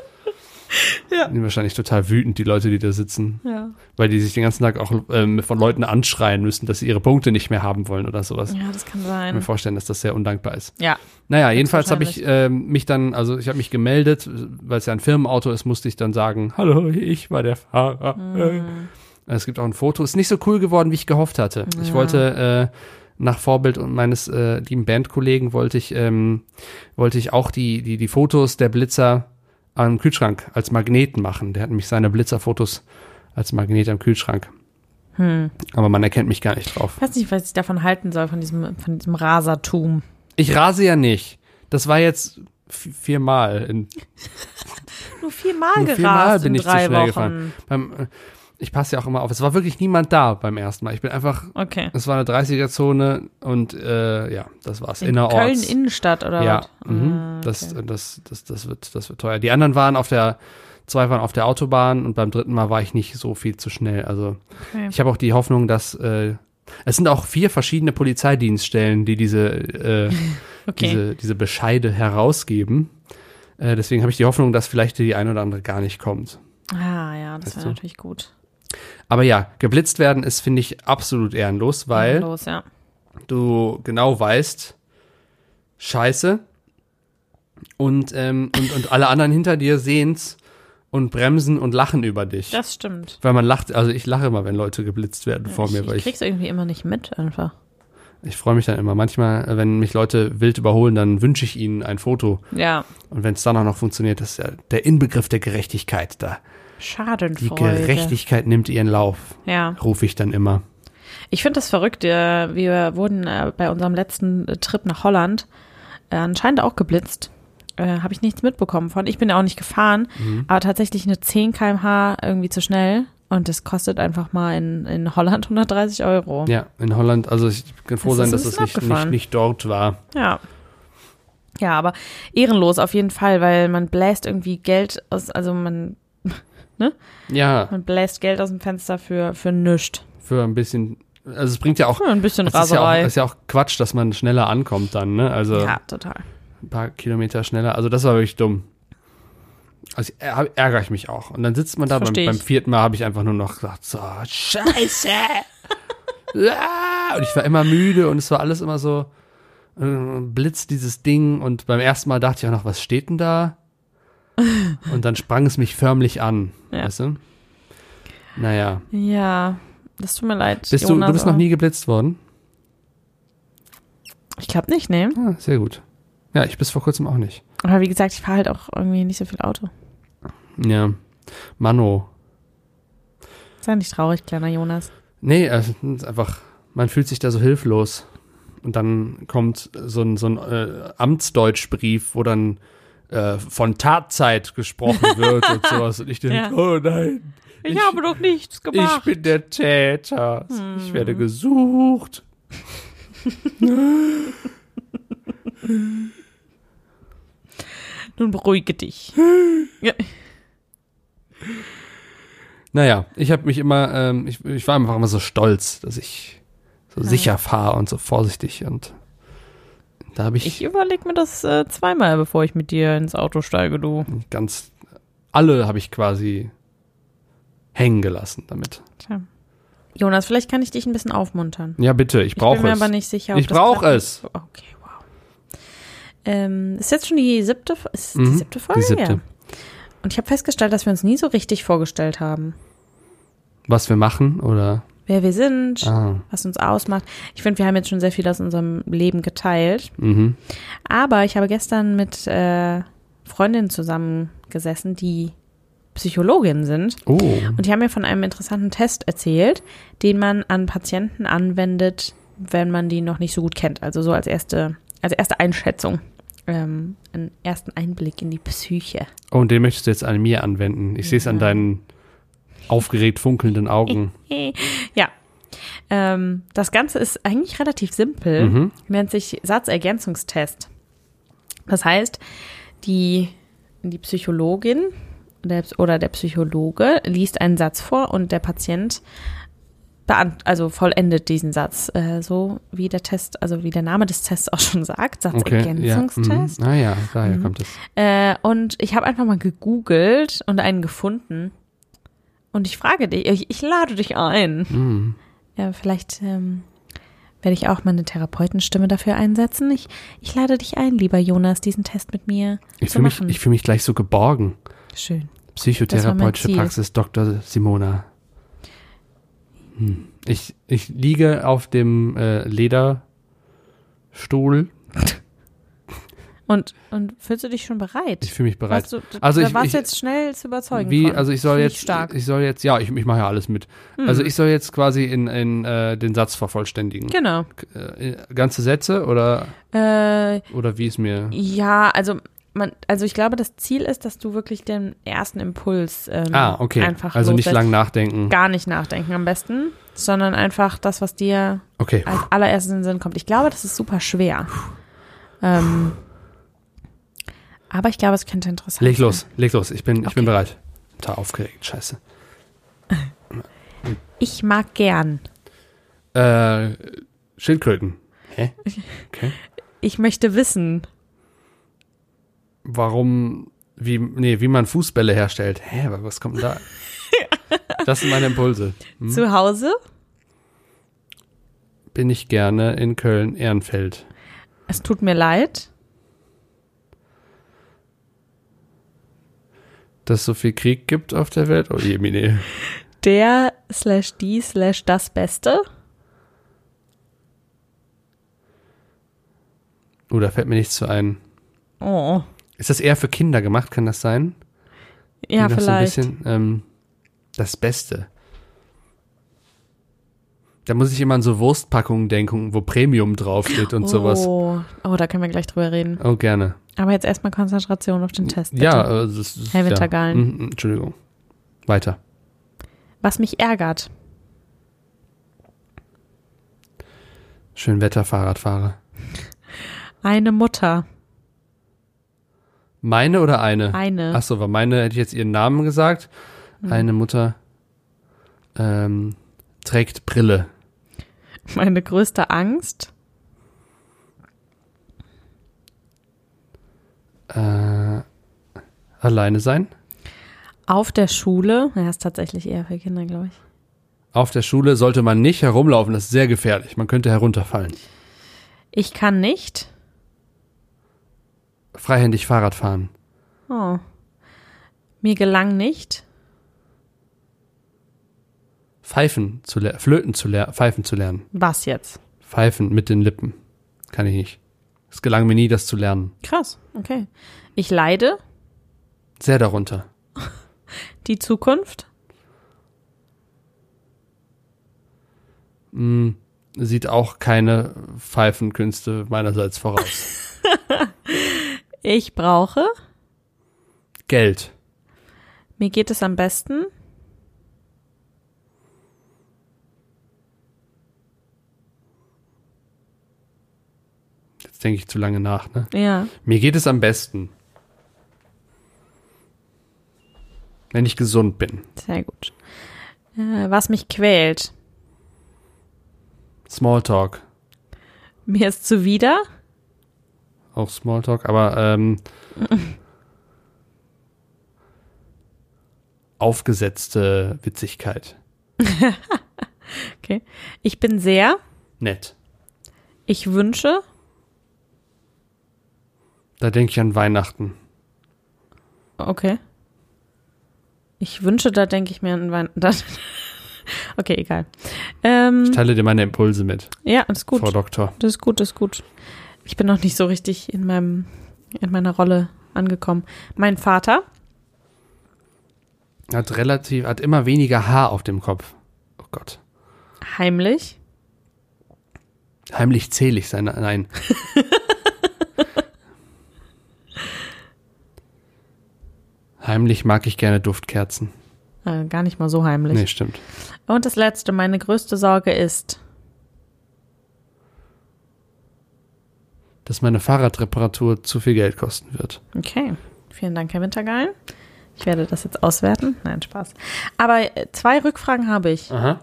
Speaker 3: Ja.
Speaker 4: Die sind wahrscheinlich total wütend, die Leute, die da sitzen.
Speaker 3: Ja.
Speaker 4: Weil die sich den ganzen Tag auch ähm, von Leuten anschreien müssen, dass sie ihre Punkte nicht mehr haben wollen oder sowas. Ich
Speaker 3: ja, das kann
Speaker 4: kann mir
Speaker 3: sein.
Speaker 4: vorstellen, dass das sehr undankbar ist.
Speaker 3: Ja,
Speaker 4: Naja, jedenfalls habe ich ähm, mich dann, also ich habe mich gemeldet, weil es ja ein Firmenauto ist, musste ich dann sagen, hallo, ich war der Fahrer. Es gibt auch ein Foto. Ist nicht so cool geworden, wie ich gehofft hatte. Ich wollte äh, nach Vorbild und meines äh, lieben Bandkollegen wollte ich, ähm, wollte ich auch die, die, die Fotos der Blitzer am Kühlschrank als Magneten machen. Der hat nämlich seine Blitzerfotos als Magnet am Kühlschrank. Aber man erkennt mich gar nicht drauf.
Speaker 3: ich Hm. weiß nicht, was ich davon halten soll, von diesem, von diesem Rasertum.
Speaker 4: Ich rase ja nicht. Das war jetzt vi- viermal in
Speaker 3: Nur viermal
Speaker 4: Nur
Speaker 3: gerast
Speaker 4: viermal bin
Speaker 3: in
Speaker 4: ich zu
Speaker 3: drei
Speaker 4: schnell
Speaker 3: Wochen.
Speaker 4: gefahren. Beim, äh, ich passe ja auch immer auf. Es war wirklich niemand da beim ersten Mal. Ich bin einfach,
Speaker 3: Okay.
Speaker 4: es war eine 30er-Zone und äh, ja, das war's.
Speaker 3: In
Speaker 4: Innerorts.
Speaker 3: Köln Innenstadt oder
Speaker 4: ja,
Speaker 3: was?
Speaker 4: mhm.
Speaker 3: Ah,
Speaker 4: das,
Speaker 3: okay.
Speaker 4: das, das, das, wird, das wird teuer. Die anderen waren auf der, zwei waren auf der Autobahn und beim dritten Mal war ich nicht so viel zu schnell. Also
Speaker 3: Okay.
Speaker 4: ich habe auch die Hoffnung, dass äh, es sind auch vier verschiedene Polizeidienststellen, die diese äh,
Speaker 3: okay.
Speaker 4: diese, diese Bescheide herausgeben. Äh, deswegen habe ich die Hoffnung, dass vielleicht die ein oder andere gar nicht kommt.
Speaker 3: ah ja, das
Speaker 4: Weißt
Speaker 3: wäre
Speaker 4: du?
Speaker 3: natürlich gut.
Speaker 4: Aber ja, geblitzt werden ist, finde ich, absolut ehrenlos, weil
Speaker 3: Los, ja.
Speaker 4: du genau weißt, scheiße. Und, ähm, und, und alle anderen hinter dir sehen's und bremsen und lachen über dich.
Speaker 3: Das stimmt.
Speaker 4: weil man lacht, also ich lache immer, wenn Leute geblitzt werden vor
Speaker 3: ich,
Speaker 4: mir, weil
Speaker 3: ich
Speaker 4: ich,
Speaker 3: krieg's irgendwie immer nicht mit einfach.
Speaker 4: ich freue mich dann immer. Manchmal, äh, wenn mich Leute wild überholen, dann wünsche ich ihnen ein Foto.
Speaker 3: Ja.
Speaker 4: Und wenn es dann auch noch funktioniert, das ist ja der Inbegriff der Gerechtigkeit da. Die
Speaker 3: Schadenfreude.
Speaker 4: Gerechtigkeit nimmt ihren Lauf,
Speaker 3: Ja.
Speaker 4: rufe ich dann immer.
Speaker 3: Ich finde das verrückt. äh, Wir wurden äh, bei unserem letzten äh, Trip nach Holland äh, anscheinend auch geblitzt. Äh, Habe ich nichts mitbekommen von. Ich bin ja auch nicht gefahren,
Speaker 4: Mhm.
Speaker 3: aber tatsächlich eine 10 km/h irgendwie zu schnell. Und das kostet einfach mal in, in Holland 130 Euro.
Speaker 4: Ja, in Holland, also ich kann froh
Speaker 3: Das
Speaker 4: sein,
Speaker 3: ist
Speaker 4: dass
Speaker 3: ein bisschen
Speaker 4: es nicht, nicht,
Speaker 3: abgefahren.
Speaker 4: nicht dort war.
Speaker 3: Ja. Ja, aber ehrenlos auf jeden Fall, weil man bläst irgendwie Geld aus, also man,
Speaker 4: Ja,
Speaker 3: man bläst Geld aus dem Fenster für, für nichts.
Speaker 4: für ein bisschen, also es bringt ja auch,
Speaker 3: Ja, ein bisschen
Speaker 4: es ist ja auch,
Speaker 3: Raserei.
Speaker 4: ist ja auch Quatsch, dass man schneller ankommt dann, ne? Also
Speaker 3: ja, total.
Speaker 4: ein paar Kilometer schneller, also das war wirklich dumm. Also ich- ä- ärgere ich mich auch. Und dann sitzt man da, beim,
Speaker 3: versteh ich.
Speaker 4: beim vierten Mal habe ich einfach nur noch gesagt, so, scheiße. Ah! und ich war immer müde und es war alles immer so, äh, blitz dieses Ding und beim ersten Mal dachte ich auch noch, was steht denn da? Und dann sprang es mich förmlich an,
Speaker 3: Ja.
Speaker 4: weißt du? Naja,
Speaker 3: Ja, das tut mir leid.
Speaker 4: bist du,
Speaker 3: Jonas,
Speaker 4: du bist noch
Speaker 3: aber-
Speaker 4: nie geblitzt worden?
Speaker 3: Ich glaube nicht, ne?
Speaker 4: Ah, sehr gut. Ja, ich bis vor kurzem auch nicht.
Speaker 3: Aber wie gesagt, ich fahre halt auch irgendwie nicht so viel Auto.
Speaker 4: Ja, Mano,
Speaker 3: Sei nicht traurig, kleiner Jonas.
Speaker 4: Nee, äh, es ist einfach, man fühlt sich da so hilflos. Und dann kommt so ein, so ein äh, Amtsdeutschbrief, wo dann äh, von Tatzeit gesprochen wird und sowas. Und ich denke,
Speaker 3: Ja.
Speaker 4: oh nein,
Speaker 3: Ich,
Speaker 4: Ich-
Speaker 3: habe doch nichts gemacht. Hm.
Speaker 4: ich bin der Täter. Ich werde gesucht.
Speaker 3: Nun beruhige dich. ja.
Speaker 4: Naja, ich habe mich immer, ähm, ich, ich war einfach immer so stolz, dass ich so sicher fahre und so vorsichtig. Und da habe ich,
Speaker 3: Ich überlege mir das äh, zweimal, bevor ich mit dir ins Auto steige, du.
Speaker 4: ganz, alle habe ich quasi hängen gelassen damit.
Speaker 3: Tja. Jonas, vielleicht kann ich dich ein bisschen aufmuntern.
Speaker 4: Ja, bitte, ich brauche
Speaker 3: ich bin mir
Speaker 4: es.
Speaker 3: aber nicht sicher.
Speaker 4: Ich
Speaker 3: das
Speaker 4: brauch
Speaker 3: klappt.
Speaker 4: es.
Speaker 3: Okay, wow. Ähm, ist jetzt schon die siebte, ist die
Speaker 4: Mhm,
Speaker 3: siebte Folge?
Speaker 4: die siebte.
Speaker 3: Ja. Und ich habe festgestellt, dass wir uns nie so richtig vorgestellt haben.
Speaker 4: Was wir machen oder?
Speaker 3: Wer wir sind,
Speaker 4: Ah,
Speaker 3: was uns ausmacht. Ich finde, wir haben jetzt schon sehr viel aus unserem Leben geteilt.
Speaker 4: mhm.
Speaker 3: Aber ich habe gestern mit äh, Freundinnen zusammengesessen, die Psychologinnen sind.
Speaker 4: Oh,
Speaker 3: Und die haben mir von einem interessanten Test erzählt, den man an Patienten anwendet, wenn man die noch nicht so gut kennt. Also so als erste, als erste Einschätzung. Ähm, einen ersten Einblick in die Psyche.
Speaker 4: oh und den möchtest du jetzt an mir anwenden. Ich sehe es an deinen aufgeregt funkelnden Augen.
Speaker 3: Ja. Ähm, das Ganze ist eigentlich relativ simpel,
Speaker 4: Mhm.
Speaker 3: nennt sich Satzergänzungstest. Das heißt, die, die Psychologin der, oder der Psychologe liest einen Satz vor und der Patient beant also vollendet diesen Satz, äh, so wie der Test, also wie der Name des Tests auch schon sagt,
Speaker 4: mhm.
Speaker 3: Satzergänzungstest.
Speaker 4: Ja. Mhm. Ah ja, daher kommt es.
Speaker 3: Äh, und ich habe einfach mal gegoogelt und einen gefunden. Und ich frage dich, ich, ich lade dich ein.
Speaker 4: Mhm.
Speaker 3: Ja, vielleicht ähm, werde ich auch meine Therapeutenstimme dafür einsetzen. Ich, ich lade dich ein, lieber Jonas, diesen Test mit mir
Speaker 4: Ich
Speaker 3: zu
Speaker 4: fühle mich,
Speaker 3: machen.
Speaker 4: ich fühl mich gleich so geborgen.
Speaker 3: Schön.
Speaker 4: Psychotherapeutische
Speaker 3: Das war mein
Speaker 4: Praxis Dr. Simona. Hm. Ich, ich liege auf dem äh, Lederstuhl.
Speaker 3: Und, und fühlst du dich schon bereit?
Speaker 4: Ich fühle mich bereit.
Speaker 3: Warst du,
Speaker 4: Also
Speaker 3: also
Speaker 4: ich-
Speaker 3: warst
Speaker 4: ich-
Speaker 3: du jetzt schnell zu überzeugen.
Speaker 4: Wie,
Speaker 3: von.
Speaker 4: also ich soll
Speaker 3: Finde ich
Speaker 4: jetzt,
Speaker 3: stark. Hm.
Speaker 4: ich soll jetzt, ja, ich, ich mache ja alles mit. Also ich soll jetzt quasi in, in äh, den Satz vervollständigen.
Speaker 3: genau.
Speaker 4: Äh, ganze Sätze oder,
Speaker 3: Äh,
Speaker 4: oder wie es mir.
Speaker 3: ja, also man, also ich glaube, das Ziel ist, dass du wirklich den ersten Impuls ähm,
Speaker 4: Ah, okay.
Speaker 3: einfach
Speaker 4: also nicht
Speaker 3: loslässt.
Speaker 4: lang nachdenken.
Speaker 3: gar nicht nachdenken am besten, sondern einfach das, was dir
Speaker 4: Okay.
Speaker 3: als allererstes in den Sinn kommt. Ich glaube, das ist super schwer. Ähm, aber ich glaube, es könnte interessant
Speaker 4: Leg
Speaker 3: sein.
Speaker 4: los, leg los. Ich bin, ich bin
Speaker 3: Okay.
Speaker 4: bereit. Total aufgeregt, scheiße.
Speaker 3: Ich mag gern.
Speaker 4: Äh, Schildkröten. Hä? Okay.
Speaker 3: Ich möchte wissen.
Speaker 4: Warum, wie, nee, wie man Fußbälle herstellt. Hä, aber was kommt denn da? Das sind meine Impulse.
Speaker 3: Zu Hause?
Speaker 4: Bin ich gerne in Köln, Ehrenfeld.
Speaker 3: Es tut mir leid.
Speaker 4: Dass es so viel Krieg gibt auf der Welt? Oh je, Mine.
Speaker 3: Der slash die slash das Beste.
Speaker 4: Oh, da fällt mir nichts zu ein.
Speaker 3: Oh.
Speaker 4: Ist das eher für Kinder gemacht? Kann das sein?
Speaker 3: Ja,
Speaker 4: Die noch
Speaker 3: vielleicht.
Speaker 4: So ein bisschen, ähm, das Beste. Da muss ich immer an so Wurstpackungen denken, wo Premium draufsteht und sowas.
Speaker 3: Oh. oh, da können wir gleich drüber reden.
Speaker 4: Oh, gerne.
Speaker 3: Aber jetzt erstmal Konzentration auf den Test. Bitte.
Speaker 4: Ja, äh, das ist.
Speaker 3: Herr
Speaker 4: ja.
Speaker 3: Wintergalen.
Speaker 4: Mhm, mhm, Entschuldigung. Weiter.
Speaker 3: Was mich ärgert.
Speaker 4: Schön Wetter, Fahrradfahrer.
Speaker 3: Eine Mutter.
Speaker 4: Meine oder eine?
Speaker 3: Eine. Mhm.
Speaker 4: Achso, war meine, hätte ich jetzt ihren Namen gesagt. Eine Mutter ähm, trägt Brille.
Speaker 3: Meine größte Angst.
Speaker 4: Äh, alleine sein.
Speaker 3: Auf der Schule. Ja, ist tatsächlich eher für Kinder, glaube ich.
Speaker 4: Auf der Schule sollte man nicht herumlaufen, das ist sehr gefährlich. Man könnte herunterfallen.
Speaker 3: Ich kann nicht.
Speaker 4: Freihändig Fahrrad fahren.
Speaker 3: Oh. Mir gelang nicht.
Speaker 4: Pfeifen zu lernen, Flöten zu lernen, Pfeifen zu lernen.
Speaker 3: Was jetzt?
Speaker 4: Pfeifen mit den Lippen. Kann ich nicht. Es gelang mir nie, das zu lernen.
Speaker 3: Krass. Okay. Ich leide.
Speaker 4: Sehr darunter.
Speaker 3: Die Zukunft.
Speaker 4: Mm, Sieht auch keine Pfeifenkünste meinerseits voraus.
Speaker 3: Ich brauche.
Speaker 4: Geld.
Speaker 3: Mir geht es am besten.
Speaker 4: Jetzt denke ich zu lange nach, ne?
Speaker 3: Ja.
Speaker 4: Mir geht es am besten. Wenn ich gesund bin.
Speaker 3: Sehr gut. Äh, was mich quält.
Speaker 4: Smalltalk.
Speaker 3: Mir ist zuwider.
Speaker 4: Auch Smalltalk, aber ähm, aufgesetzte Witzigkeit.
Speaker 3: Okay. Ich bin sehr.
Speaker 4: Nett.
Speaker 3: Ich wünsche.
Speaker 4: Da denke ich an Weihnachten.
Speaker 3: Okay. Ich wünsche, da denke ich mir an Weihnachten. das- Okay, egal. Ähm,
Speaker 4: Ich teile dir meine Impulse mit,
Speaker 3: ja, ist gut.
Speaker 4: Frau Doktor.
Speaker 3: Das ist gut, das ist gut. Ich bin noch nicht so richtig in meinem, in meiner Rolle angekommen. Mein Vater,
Speaker 4: Hat relativ, hat immer weniger Haar auf dem Kopf. Oh Gott.
Speaker 3: heimlich.
Speaker 4: Heimlich zähle ich seine, nein. Heimlich mag ich gerne Duftkerzen.
Speaker 3: Äh, gar nicht mal so heimlich.
Speaker 4: Nee, stimmt.
Speaker 3: Und das letzte, meine größte Sorge ist,
Speaker 4: Dass meine Fahrradreparatur zu viel Geld kosten wird.
Speaker 3: okay, vielen Dank, Herr Wintergeil. Ich werde das jetzt auswerten. Nein, Spaß. Aber äh, zwei Rückfragen habe ich.
Speaker 4: Aha.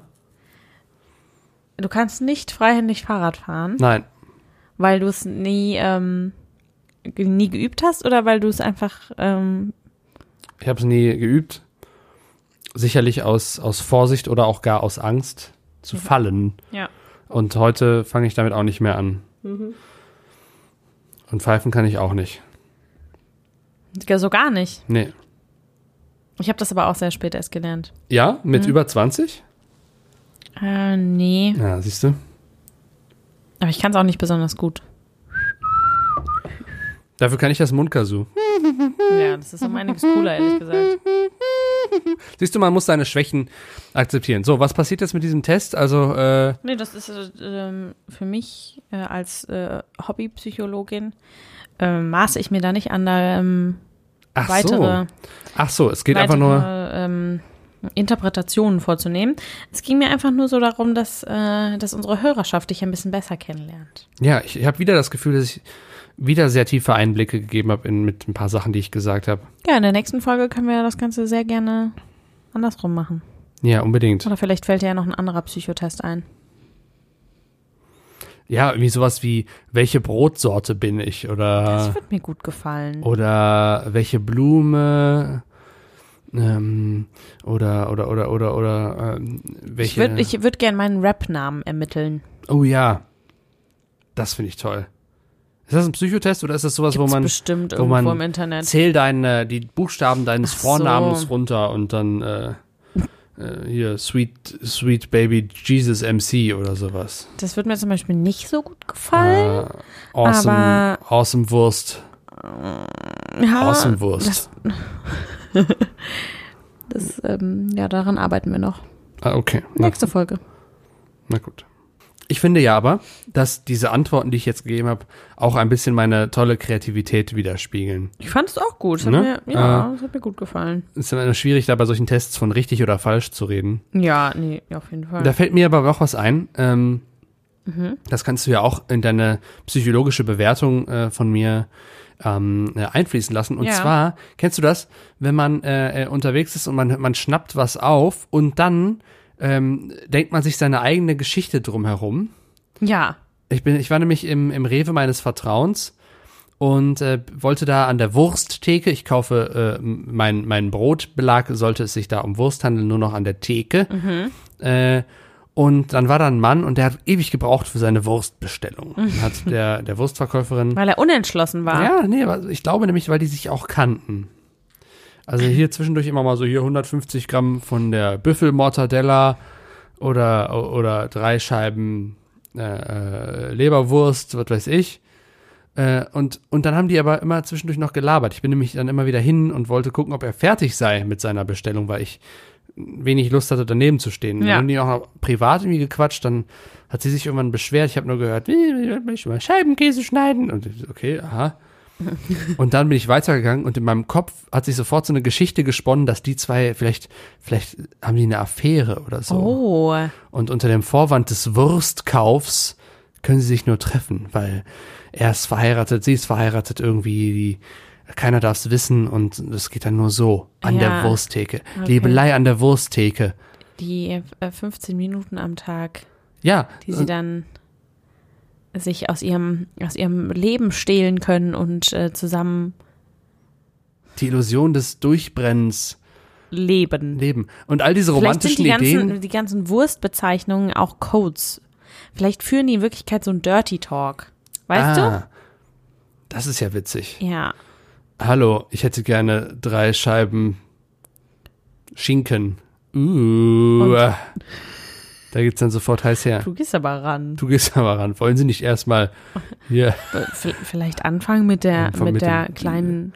Speaker 3: Du kannst nicht freihändig Fahrrad fahren,
Speaker 4: Nein.
Speaker 3: weil du es nie, ähm, ge- nie geübt hast oder weil du es einfach, ähm,
Speaker 4: Ich habe es nie geübt. Sicherlich aus, aus Vorsicht oder auch gar aus Angst
Speaker 3: Mhm.
Speaker 4: zu fallen.
Speaker 3: ja.
Speaker 4: Und heute fange ich damit auch nicht mehr an.
Speaker 3: Mhm.
Speaker 4: Und pfeifen kann ich auch nicht.
Speaker 3: so gar nicht.
Speaker 4: Nee.
Speaker 3: Ich habe das aber auch sehr spät erst gelernt.
Speaker 4: Ja, mit
Speaker 3: Mhm.
Speaker 4: über 20?
Speaker 3: Äh, nee.
Speaker 4: Ja, siehst du.
Speaker 3: Aber ich kann es auch nicht besonders gut.
Speaker 4: Dafür kann ich das Mundkazoo.
Speaker 3: Ja, das ist um einiges cooler, ehrlich gesagt.
Speaker 4: Siehst du, man muss seine Schwächen akzeptieren. So, was passiert jetzt mit diesem Test? Also, äh,
Speaker 3: Nee, das ist äh, ähm, für mich äh, als äh, Hobbypsychologin, äh, maße ich mir da nicht an, da ähm,
Speaker 4: ach
Speaker 3: weitere
Speaker 4: so. Ach so, es geht einfach
Speaker 3: weitere,
Speaker 4: nur.
Speaker 3: ähm, Interpretationen vorzunehmen. Es ging mir einfach nur so darum, dass, äh, dass unsere Hörerschaft dich ein bisschen besser kennenlernt.
Speaker 4: Ja, ich, ich habe wieder das Gefühl, dass ich wieder sehr tiefe Einblicke gegeben habe in, mit ein paar Sachen, die ich gesagt habe.
Speaker 3: Ja, in der nächsten Folge können wir das Ganze sehr gerne andersrum machen.
Speaker 4: Ja, unbedingt.
Speaker 3: Oder vielleicht fällt dir ja noch ein anderer Psychotest ein.
Speaker 4: Ja, irgendwie sowas wie, welche Brotsorte bin ich?
Speaker 3: Das
Speaker 4: Oder,
Speaker 3: wird mir gut gefallen.
Speaker 4: Oh, oder welche Blume? Ähm, oder, oder, oder, oder, oder, ähm,
Speaker 3: ich
Speaker 4: welche.
Speaker 3: würde ich würd gerne meinen Rap-Namen ermitteln.
Speaker 4: oh ja. Das finde ich toll. Ist das ein Psychotest oder ist das sowas, wo
Speaker 3: Gibt's
Speaker 4: man.
Speaker 3: bestimmt
Speaker 4: wo
Speaker 3: irgendwo
Speaker 4: man
Speaker 3: im Internet.
Speaker 4: zähl deine, die Buchstaben deines
Speaker 3: Ach so.
Speaker 4: Vornamens runter und dann äh, äh, hier Sweet, Sweet Baby Jesus MC oder sowas.
Speaker 3: Das wird mir zum Beispiel nicht so gut gefallen.
Speaker 4: Äh, awesome,
Speaker 3: aber- Ah,
Speaker 4: awesome Wurst, Äh,
Speaker 3: ja,
Speaker 4: awesome Wurst.
Speaker 3: das, ähm, ja, daran arbeiten wir noch.
Speaker 4: Ah, okay, na,
Speaker 3: Nächste Folge.
Speaker 4: na gut. Ich finde ja aber, dass diese Antworten, die ich jetzt gegeben habe, auch ein bisschen meine tolle Kreativität widerspiegeln.
Speaker 3: Ich fand es auch gut. Das
Speaker 4: Ne?
Speaker 3: hat mir, ja, das hat mir gut gefallen.
Speaker 4: Es ist immer schwierig, da bei solchen Tests von richtig oder falsch zu reden.
Speaker 3: Ja, Mhm. nee, auf jeden Fall.
Speaker 4: Da fällt mir aber auch was ein. Ähm, Das kannst du ja auch in deine psychologische Bewertung äh, von mir ähm, äh, einfließen lassen. Und
Speaker 3: Ja.
Speaker 4: zwar, kennst du das, wenn man äh, äh, unterwegs ist und man, man schnappt was auf und dann ähm, denkt man sich seine eigene Geschichte drumherum.
Speaker 3: ja.
Speaker 4: Ich, bin, ich war nämlich im, im Rewe meines Vertrauens und äh, wollte da an der Wursttheke, ich kaufe äh, mein, mein Brotbelag, sollte es sich da um Wurst handeln, nur noch an der Theke. Äh, und dann war da ein Mann und der hat ewig gebraucht für seine Wurstbestellung. Dann Hat der, der Wurstverkäuferin.
Speaker 3: Weil er unentschlossen war.
Speaker 4: Ja, nee, also ich glaube nämlich, weil die sich auch kannten. Also hier zwischendurch immer mal so hier 150 Gramm von der Büffelmortadella oder, oder drei Scheiben äh, äh, Leberwurst, was weiß ich. Äh, und, und dann haben die aber immer zwischendurch noch gelabert. Ich bin nämlich dann immer wieder hin und wollte gucken, ob er fertig sei mit seiner Bestellung, weil ich wenig Lust hatte, daneben zu stehen. Dann
Speaker 3: Ja.
Speaker 4: haben die auch noch privat irgendwie gequatscht, dann hat sie sich irgendwann beschwert. Ich habe nur gehört, "Äh, ich möchte mal Scheibenkäse schneiden. Und ich so, okay, aha. Und dann bin ich weitergegangen und in meinem Kopf hat sich sofort so eine Geschichte gesponnen, dass die zwei vielleicht, vielleicht haben die eine Affäre oder so.
Speaker 3: Oh.
Speaker 4: Und unter dem Vorwand des Wurstkaufs können sie sich nur treffen, weil er ist verheiratet, sie ist verheiratet irgendwie, die, keiner darf es wissen und es geht dann nur so an
Speaker 3: Ja.
Speaker 4: der Wursttheke. Liebelei an der Wursttheke.
Speaker 3: Die äh, 15 Minuten am Tag,
Speaker 4: Ja,
Speaker 3: die sie dann sich aus ihrem, aus ihrem Leben stehlen können und äh, zusammen
Speaker 4: die Illusion des Durchbrennens
Speaker 3: leben.
Speaker 4: leben. Und all diese
Speaker 3: Vielleicht sind
Speaker 4: romantischen
Speaker 3: die ganzen,
Speaker 4: Ideen.
Speaker 3: die ganzen Wurstbezeichnungen auch Codes. Vielleicht führen die in Wirklichkeit so einen Dirty Talk. Weißt
Speaker 4: ah, Das ist ja witzig.
Speaker 3: du? Ja.
Speaker 4: Hallo, ich hätte gerne drei Scheiben Schinken. Uh, da geht's dann sofort heiß her.
Speaker 3: Du gehst aber ran.
Speaker 4: Du gehst aber ran. Wollen Sie nicht erstmal hier
Speaker 3: Äh, V- Vielleicht anfangen mit der,
Speaker 4: Anfangen
Speaker 3: mit,
Speaker 4: mit
Speaker 3: der
Speaker 4: dem-
Speaker 3: kleinen,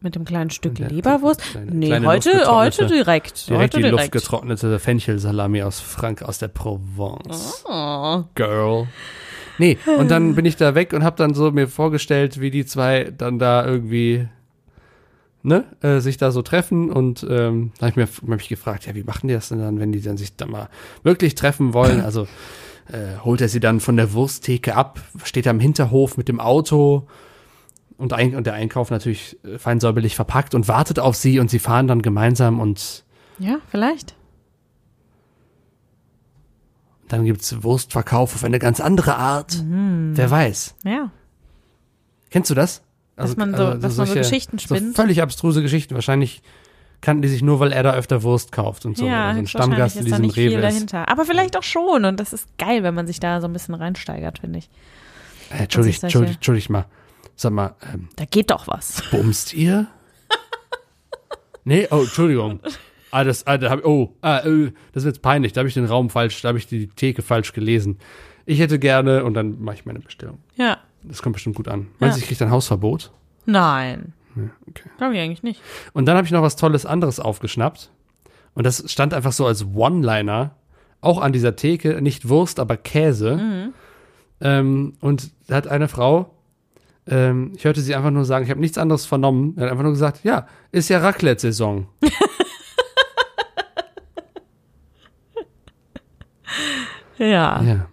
Speaker 3: mit dem kleinen Stück
Speaker 4: der-
Speaker 3: Leberwurst?
Speaker 4: kleine-
Speaker 3: nee,
Speaker 4: kleine
Speaker 3: heute,
Speaker 4: luftgetrocknete-
Speaker 3: heute direkt.
Speaker 4: direkt
Speaker 3: heute
Speaker 4: die Luft
Speaker 3: direkt.
Speaker 4: getrocknete Fenchelsalami aus Frank aus der Provence?
Speaker 3: Oh.
Speaker 4: Girl. Nee, und dann bin ich da weg und habe dann so mir vorgestellt, wie die zwei dann da irgendwie ne, äh, sich da so treffen und ähm, da habe ich mir hab ich gefragt, ja, wie machen die das denn dann, wenn die dann sich dann mal wirklich treffen wollen? Also äh, holt er sie dann von der Wursttheke ab, steht am Hinterhof mit dem Auto Und, ein, und der Einkauf natürlich äh, fein säuberlich verpackt und wartet auf sie und sie fahren dann gemeinsam und
Speaker 3: Ja, vielleicht.
Speaker 4: dann gibt's Wurstverkauf auf eine ganz andere Art. Wer weiß.
Speaker 3: Ja.
Speaker 4: Kennst du das? Also,
Speaker 3: man so- dass man so Geschichten
Speaker 4: so
Speaker 3: spinnt.
Speaker 4: völlig abstruse Geschichten. Wahrscheinlich kannten die sich nur, weil er da öfter Wurst kauft und so.
Speaker 3: ja,
Speaker 4: Oder so ein
Speaker 3: höchstwahrscheinlich
Speaker 4: Stammgast in
Speaker 3: ist da
Speaker 4: diesem
Speaker 3: nicht viel
Speaker 4: Rewe ist.
Speaker 3: dahinter. Aber vielleicht auch schon. Und das ist geil, wenn man sich da so ein bisschen reinsteigert, finde ich.
Speaker 4: Äh, entschuldigt,
Speaker 3: Das ist solche-
Speaker 4: entschuldigt, entschuldigt mal. Sag mal, ähm,
Speaker 3: Da geht doch was.
Speaker 4: bumst ihr? nee, oh, Entschuldigung. Ah, das, ah, da hab, oh, ah, äh, das ist jetzt peinlich. Da habe ich den Raum falsch, da habe ich die Theke falsch gelesen. Ich hätte gerne, und dann mache ich meine Bestellung.
Speaker 3: Ja.
Speaker 4: Das kommt bestimmt gut an. Meinst du,
Speaker 3: Ja.
Speaker 4: ich kriege dann Hausverbot?
Speaker 3: Nein.
Speaker 4: okay.
Speaker 3: Glaube ich eigentlich nicht.
Speaker 4: Und dann habe ich noch was Tolles anderes aufgeschnappt. Und das stand einfach so als One-Liner, auch an dieser Theke, nicht Wurst, aber Käse. Ähm, und da hat eine Frau, ähm, ich hörte sie einfach nur sagen, ich habe nichts anderes vernommen, hat einfach nur gesagt, ja, ist ja Raclette-Saison.
Speaker 3: Ja.
Speaker 4: ja.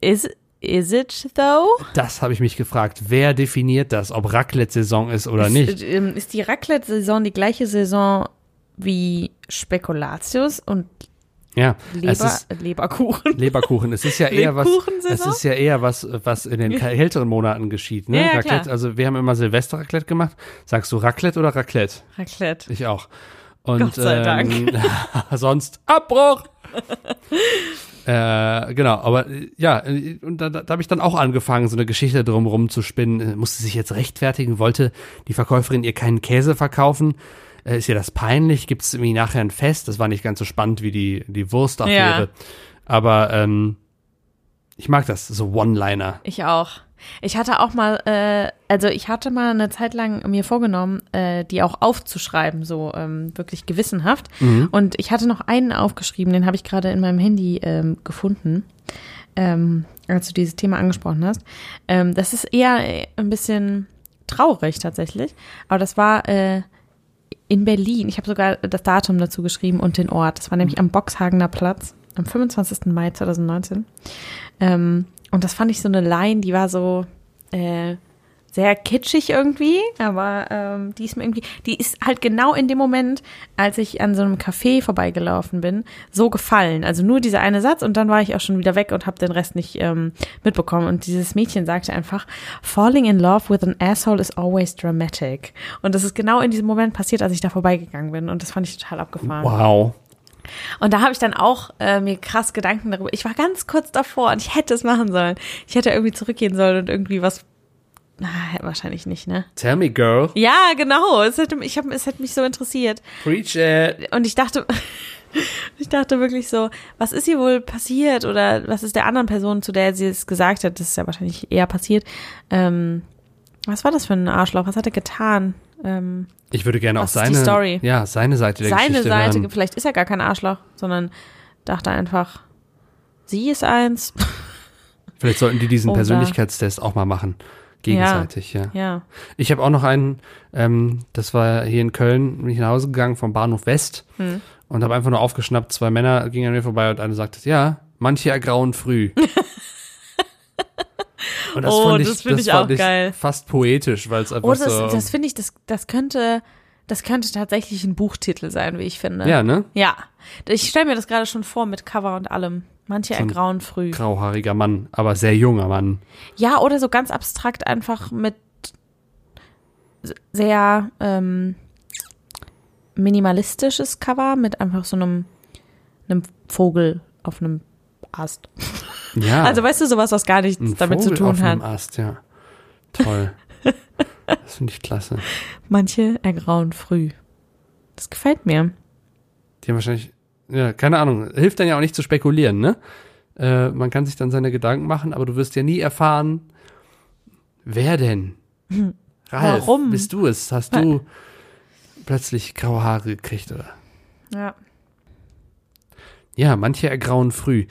Speaker 3: Is, is it though?
Speaker 4: Das habe ich mich gefragt. Wer definiert das, ob Raclette-Saison ist oder
Speaker 3: Ist,
Speaker 4: nicht?
Speaker 3: ähm, ist die Raclette-Saison die gleiche Saison wie Spekulatius und
Speaker 4: Ja, es
Speaker 3: Leber,
Speaker 4: ist
Speaker 3: Leberkuchen?
Speaker 4: Leberkuchen. Es ist ja eher was. Es
Speaker 3: Lebkuchensaison?
Speaker 4: ist ja eher was, was in den kälteren Monaten geschieht. Ne?
Speaker 3: Ja, ja,
Speaker 4: Raclette,
Speaker 3: klar.
Speaker 4: also wir haben immer Silvester-Raclette gemacht. Sagst du Raclette oder Raclette?
Speaker 3: Raclette.
Speaker 4: Ich auch. Und,
Speaker 3: Gott sei
Speaker 4: ähm, sonst Abbruch. äh, genau, aber äh, ja, äh, und da, da, da habe ich dann auch angefangen, so eine Geschichte drumherum zu spinnen. Äh, Musste sich jetzt rechtfertigen, wollte die Verkäuferin ihr keinen Käse verkaufen. Äh, ist ihr das peinlich? Gibt es irgendwie nachher ein Fest? Das war nicht ganz so spannend wie die, die Wurstaffäre.
Speaker 3: Ja.
Speaker 4: Aber ähm, ich mag das, so One-Liner.
Speaker 3: Ich auch. Ich hatte auch mal, äh, also ich hatte mal eine Zeit lang mir vorgenommen, äh, die auch aufzuschreiben, so ähm, wirklich gewissenhaft. Und ich hatte noch einen aufgeschrieben, den habe ich gerade in meinem Handy ähm, gefunden, ähm, als du dieses Thema angesprochen hast. Ähm, das ist eher äh, ein bisschen traurig tatsächlich, aber das war äh, in Berlin. Ich habe sogar das Datum dazu geschrieben und den Ort. Das war nämlich am Boxhagener Platz am 25. Mai 2019. Ähm, und das fand ich so eine Line, die war so äh, sehr kitschig irgendwie, aber ähm, die ist mir irgendwie, die ist halt genau in dem Moment, als ich an so einem Café vorbeigelaufen bin, so gefallen. Also nur dieser eine Satz und dann war ich auch schon wieder weg und habe den Rest nicht ähm, mitbekommen. Und dieses Mädchen sagte einfach, Falling in love with an asshole is always dramatic. Und das ist genau in diesem Moment passiert, als ich da vorbeigegangen bin. Und das fand ich total abgefahren.
Speaker 4: Wow.
Speaker 3: Und da habe ich dann auch äh, mir krass Gedanken darüber. Ich war ganz kurz davor und ich hätte es machen sollen. Ich hätte irgendwie zurückgehen sollen und irgendwie was. Na, wahrscheinlich nicht, ne?
Speaker 4: Tell me, girl.
Speaker 3: Ja, genau. Es hätte, ich hab, es hätte mich so interessiert.
Speaker 4: Preach it.
Speaker 3: Und ich dachte, ich dachte wirklich so, was ist hier wohl passiert oder was ist der anderen Person, zu der sie es gesagt hat? Das ist ja wahrscheinlich eher passiert. Ähm, was war das für ein Arschloch? Was hat er getan? Ähm,
Speaker 4: Ich würde gerne
Speaker 3: Was
Speaker 4: auch
Speaker 3: ist
Speaker 4: seine,
Speaker 3: die Story?
Speaker 4: Ja, seine Seite der
Speaker 3: seine
Speaker 4: Geschichte
Speaker 3: Seite,
Speaker 4: hören.
Speaker 3: vielleicht ist er gar kein Arschloch, sondern dachte einfach, sie ist eins.
Speaker 4: Vielleicht sollten die diesen
Speaker 3: Oder-
Speaker 4: Persönlichkeitstest auch mal machen. Gegenseitig, ja.
Speaker 3: Ja.
Speaker 4: Ich habe auch noch einen, ähm, das war hier in Köln, bin ich nach Hause gegangen vom Bahnhof West
Speaker 3: Hm.
Speaker 4: und habe einfach nur aufgeschnappt, zwei Männer gingen an mir vorbei und einer sagte, ja, manche ergrauen früh. und
Speaker 3: Oh, das find ich auch geil.
Speaker 4: fast poetisch, weil es einfach
Speaker 3: Oder Oh, das,
Speaker 4: so,
Speaker 3: das finde ich, das, das könnte, das könnte tatsächlich ein Buchtitel sein, wie ich finde.
Speaker 4: ja, ne?
Speaker 3: Ja. Ich stelle mir das gerade schon vor mit Cover und allem. Manche ergrauen früh.
Speaker 4: Grauhaariger Mann, aber sehr junger Mann.
Speaker 3: Ja, oder so ganz abstrakt einfach mit sehr ähm, minimalistisches Cover mit einfach so einem, einem Vogel auf einem Ast.
Speaker 4: Ja.
Speaker 3: Also weißt du, sowas, was gar nichts
Speaker 4: Ah. ein
Speaker 3: damit
Speaker 4: Vogel
Speaker 3: zu
Speaker 4: auf
Speaker 3: tun hat.
Speaker 4: einem Ast, ja. Toll. das finde ich klasse.
Speaker 3: Manche ergrauen früh. Das gefällt mir.
Speaker 4: Die haben wahrscheinlich, ja, keine Ahnung, hilft dann ja auch nicht zu spekulieren, ne? Äh, man kann sich dann seine Gedanken machen, aber du wirst ja nie erfahren, wer denn? Ralf,
Speaker 3: Warum?
Speaker 4: bist du es? Hast du plötzlich graue Haare gekriegt, oder?
Speaker 3: Ja.
Speaker 4: Ja, manche ergrauen früh.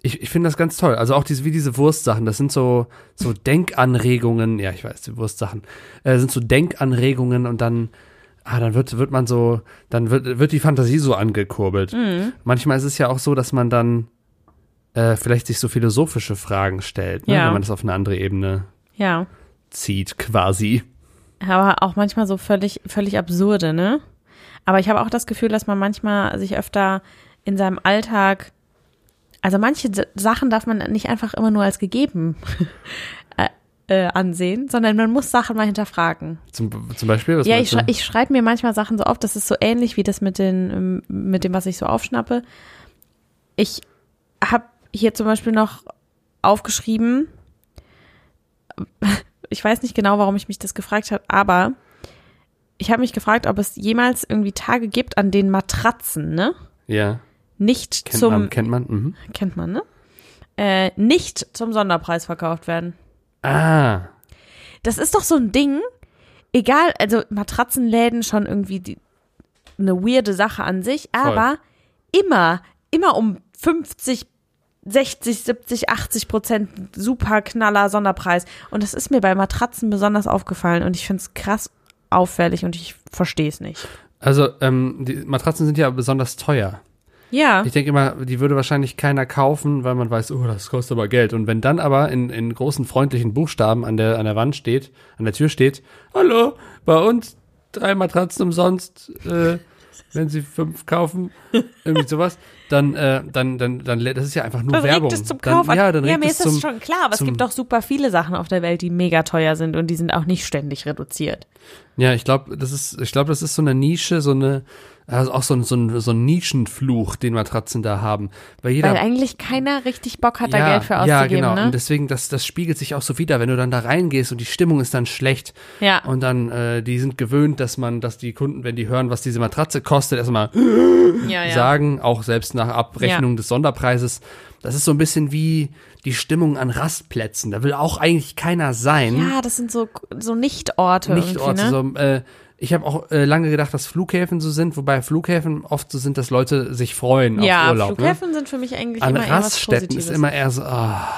Speaker 4: Ich, ich finde das ganz toll. Also auch diese, wie diese Wurstsachen, das sind so, so Denkanregungen. Ja, ich weiß, die Wurstsachen äh, sind so Denkanregungen und dann, ah, dann wird, wird man so, dann wird, wird die Fantasie so angekurbelt.
Speaker 3: Mhm.
Speaker 4: Manchmal ist es ja auch so, dass man dann äh, vielleicht sich so philosophische Fragen stellt, ne?
Speaker 3: Ja.
Speaker 4: wenn man das auf eine andere Ebene
Speaker 3: Ja.
Speaker 4: zieht quasi.
Speaker 3: Aber auch manchmal so völlig, völlig absurde, ne? Aber ich habe auch das Gefühl, dass man manchmal sich öfter in seinem Alltag, also manche S- Sachen darf man nicht einfach immer nur als gegeben äh, äh, ansehen, sondern man muss Sachen mal hinterfragen.
Speaker 4: Zum, zum Beispiel, was
Speaker 3: ja, ich,
Speaker 4: meinst
Speaker 3: schrei
Speaker 4: du?
Speaker 3: ich schreibe mir manchmal Sachen so auf, das ist so ähnlich wie das mit, den, ähm, mit dem, was ich so aufschnappe. Ich habe hier zum Beispiel noch aufgeschrieben, ich weiß nicht genau, warum ich mich das gefragt habe, aber ich habe mich gefragt, ob es jemals irgendwie Tage gibt, an denen Matratzen, ne?
Speaker 4: ja,
Speaker 3: Nicht
Speaker 4: kennt
Speaker 3: zum,
Speaker 4: man, kennt man. Mhm.
Speaker 3: kennt man, ne? Äh, nicht zum Sonderpreis verkauft werden.
Speaker 4: Ah,
Speaker 3: Das ist doch so ein Ding. Egal, also Matratzenläden schon irgendwie die, eine weirde Sache an sich, aber immer, immer um 50, 60, 70, 80 Prozent super knaller Sonderpreis. Und das ist mir bei Matratzen besonders aufgefallen und ich finde es krass auffällig und ich verstehe es nicht.
Speaker 4: also ähm, die Matratzen sind ja besonders teuer.
Speaker 3: Ja,
Speaker 4: Ich denke immer, die würde wahrscheinlich keiner kaufen, weil man weiß, oh, das kostet aber Geld. Und wenn dann aber in, in großen freundlichen Buchstaben an der, an der Wand steht, an der Tür steht, hallo, bei uns drei Matratzen umsonst, äh, wenn Sie fünf kaufen, irgendwie sowas, dann, äh, dann, dann, dann, lä- das ist ja einfach nur
Speaker 3: dann
Speaker 4: Werbung.
Speaker 3: Also regt es zum
Speaker 4: Dann-
Speaker 3: Kauf an.
Speaker 4: Ja, dann
Speaker 3: mir
Speaker 4: regt es
Speaker 3: ist das
Speaker 4: zum,
Speaker 3: schon klar, aber es
Speaker 4: zum-
Speaker 3: gibt doch super viele Sachen auf der Welt, die mega teuer sind und die sind auch nicht ständig reduziert.
Speaker 4: Ja, ich glaube, das ist, ich glaube, das ist so eine Nische, so eine, also auch so ein, so ein, so ein Nischenfluch, den Matratzen da haben. Weil jeder.
Speaker 3: Weil eigentlich keiner richtig Bock hat, da Geld für
Speaker 4: ja,
Speaker 3: auszugeben,
Speaker 4: genau.
Speaker 3: ne?
Speaker 4: Und deswegen, das, das spiegelt sich auch so wieder, wenn du dann da reingehst und die Stimmung ist dann schlecht.
Speaker 3: Ja.
Speaker 4: Und dann, äh, die sind gewöhnt, dass man, dass die Kunden, wenn die hören, was diese Matratze kostet, erstmal
Speaker 3: ja, ja.
Speaker 4: sagen, auch selbst nach Abrechnung
Speaker 3: Ja.
Speaker 4: des Sonderpreises. Das ist so ein bisschen wie die Stimmung an Rastplätzen. Da will auch eigentlich keiner sein.
Speaker 3: Ja, das sind so, so Nichtorte.
Speaker 4: nicht
Speaker 3: irgendwie,
Speaker 4: Orte.
Speaker 3: ne?
Speaker 4: So, äh, ich habe auch äh, lange gedacht, dass Flughäfen so sind, wobei Flughäfen oft so sind, dass Leute sich freuen
Speaker 3: ja,
Speaker 4: auf Urlaub. ne?
Speaker 3: Flughäfen sind für mich eigentlich
Speaker 4: An
Speaker 3: immer eher was
Speaker 4: Raststätten
Speaker 3: Positives.
Speaker 4: ist immer eher so, ah,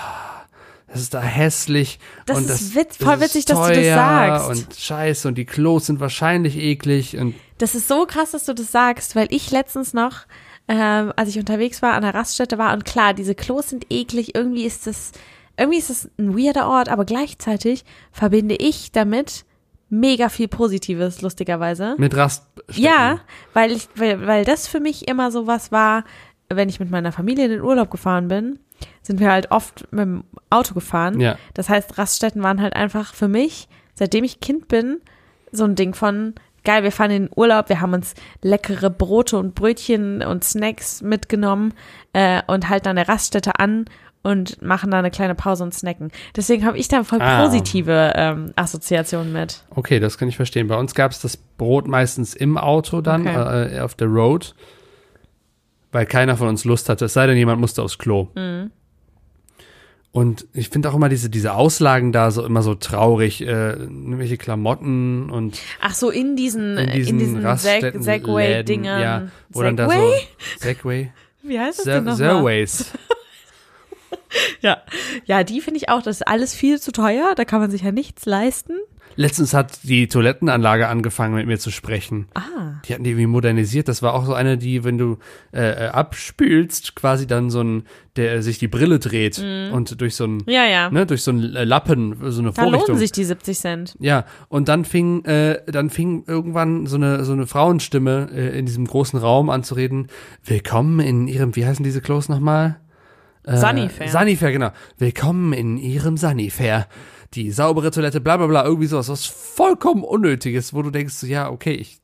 Speaker 4: das ist da hässlich.
Speaker 3: Das
Speaker 4: und
Speaker 3: ist
Speaker 4: das,
Speaker 3: witz- voll
Speaker 4: das ist
Speaker 3: witzig, dass du das
Speaker 4: teuer
Speaker 3: sagst.
Speaker 4: Und scheiße, und die Klos sind wahrscheinlich eklig. Und
Speaker 3: das ist so krass, dass du das sagst, weil ich letztens noch, ähm, als ich unterwegs war, an der Raststätte war und klar, diese Klos sind eklig, irgendwie ist das, irgendwie ist das ein weirder Ort, aber gleichzeitig verbinde ich damit mega viel Positives, lustigerweise.
Speaker 4: mit Raststätten.
Speaker 3: Ja, weil, ich, weil, weil das für mich immer so was war, wenn ich mit meiner Familie in den Urlaub gefahren bin, sind wir halt oft mit dem Auto gefahren.
Speaker 4: Ja.
Speaker 3: Das heißt, Raststätten waren halt einfach für mich, seitdem ich Kind bin, so ein Ding von, geil, wir fahren in den Urlaub, wir haben uns leckere Brote und Brötchen und Snacks mitgenommen äh, und halten an der Raststätte an und machen da eine kleine Pause und snacken. Deswegen habe ich da voll
Speaker 4: Ah.
Speaker 3: positive ähm, Assoziationen mit.
Speaker 4: Okay, das kann ich verstehen. Bei uns gab es das Brot meistens im Auto dann,
Speaker 3: Okay.
Speaker 4: äh, auf der Road, weil keiner von uns Lust hatte. Es sei denn, jemand musste aufs Klo.
Speaker 3: Mhm.
Speaker 4: Und ich finde auch immer diese, diese Auslagen da so immer so traurig. Äh, irgendwelche Klamotten und
Speaker 3: Ach so, in diesen, äh,
Speaker 4: in diesen,
Speaker 3: in diesen Seg
Speaker 4: Raststätten-
Speaker 3: Segway-Dingern.
Speaker 4: Ja, wo dann da so.
Speaker 3: Segway?
Speaker 4: Segway?
Speaker 3: Wie heißt das denn
Speaker 4: Se-
Speaker 3: nochmal?
Speaker 4: Segways.
Speaker 3: Ja. ja, die finde ich auch, das ist alles viel zu teuer, da kann man sich ja nichts leisten.
Speaker 4: Letztens hat die Toilettenanlage angefangen, mit mir zu sprechen.
Speaker 3: Ah,
Speaker 4: Die hatten die irgendwie modernisiert. Das war auch so eine, die, wenn du äh, äh, abspülst, quasi dann so ein, der äh, sich die Brille dreht und durch so ein,
Speaker 3: Mhm. ja, ja.
Speaker 4: ne, durch so ein äh, Lappen, so eine
Speaker 3: da
Speaker 4: Vorrichtung.
Speaker 3: lohnen sich die 70 Cent.
Speaker 4: Ja, und dann fing, äh, dann fing irgendwann so eine, so eine Frauenstimme äh, in diesem großen Raum anzureden. Willkommen in ihrem, wie heißen diese Klos nochmal? Äh,
Speaker 3: Sanifair.
Speaker 4: Sanifair, genau. Willkommen in ihrem Sanifair. Die saubere Toilette, bla bla bla, irgendwie sowas, was vollkommen Unnötiges, wo du denkst, so, ja, okay, ich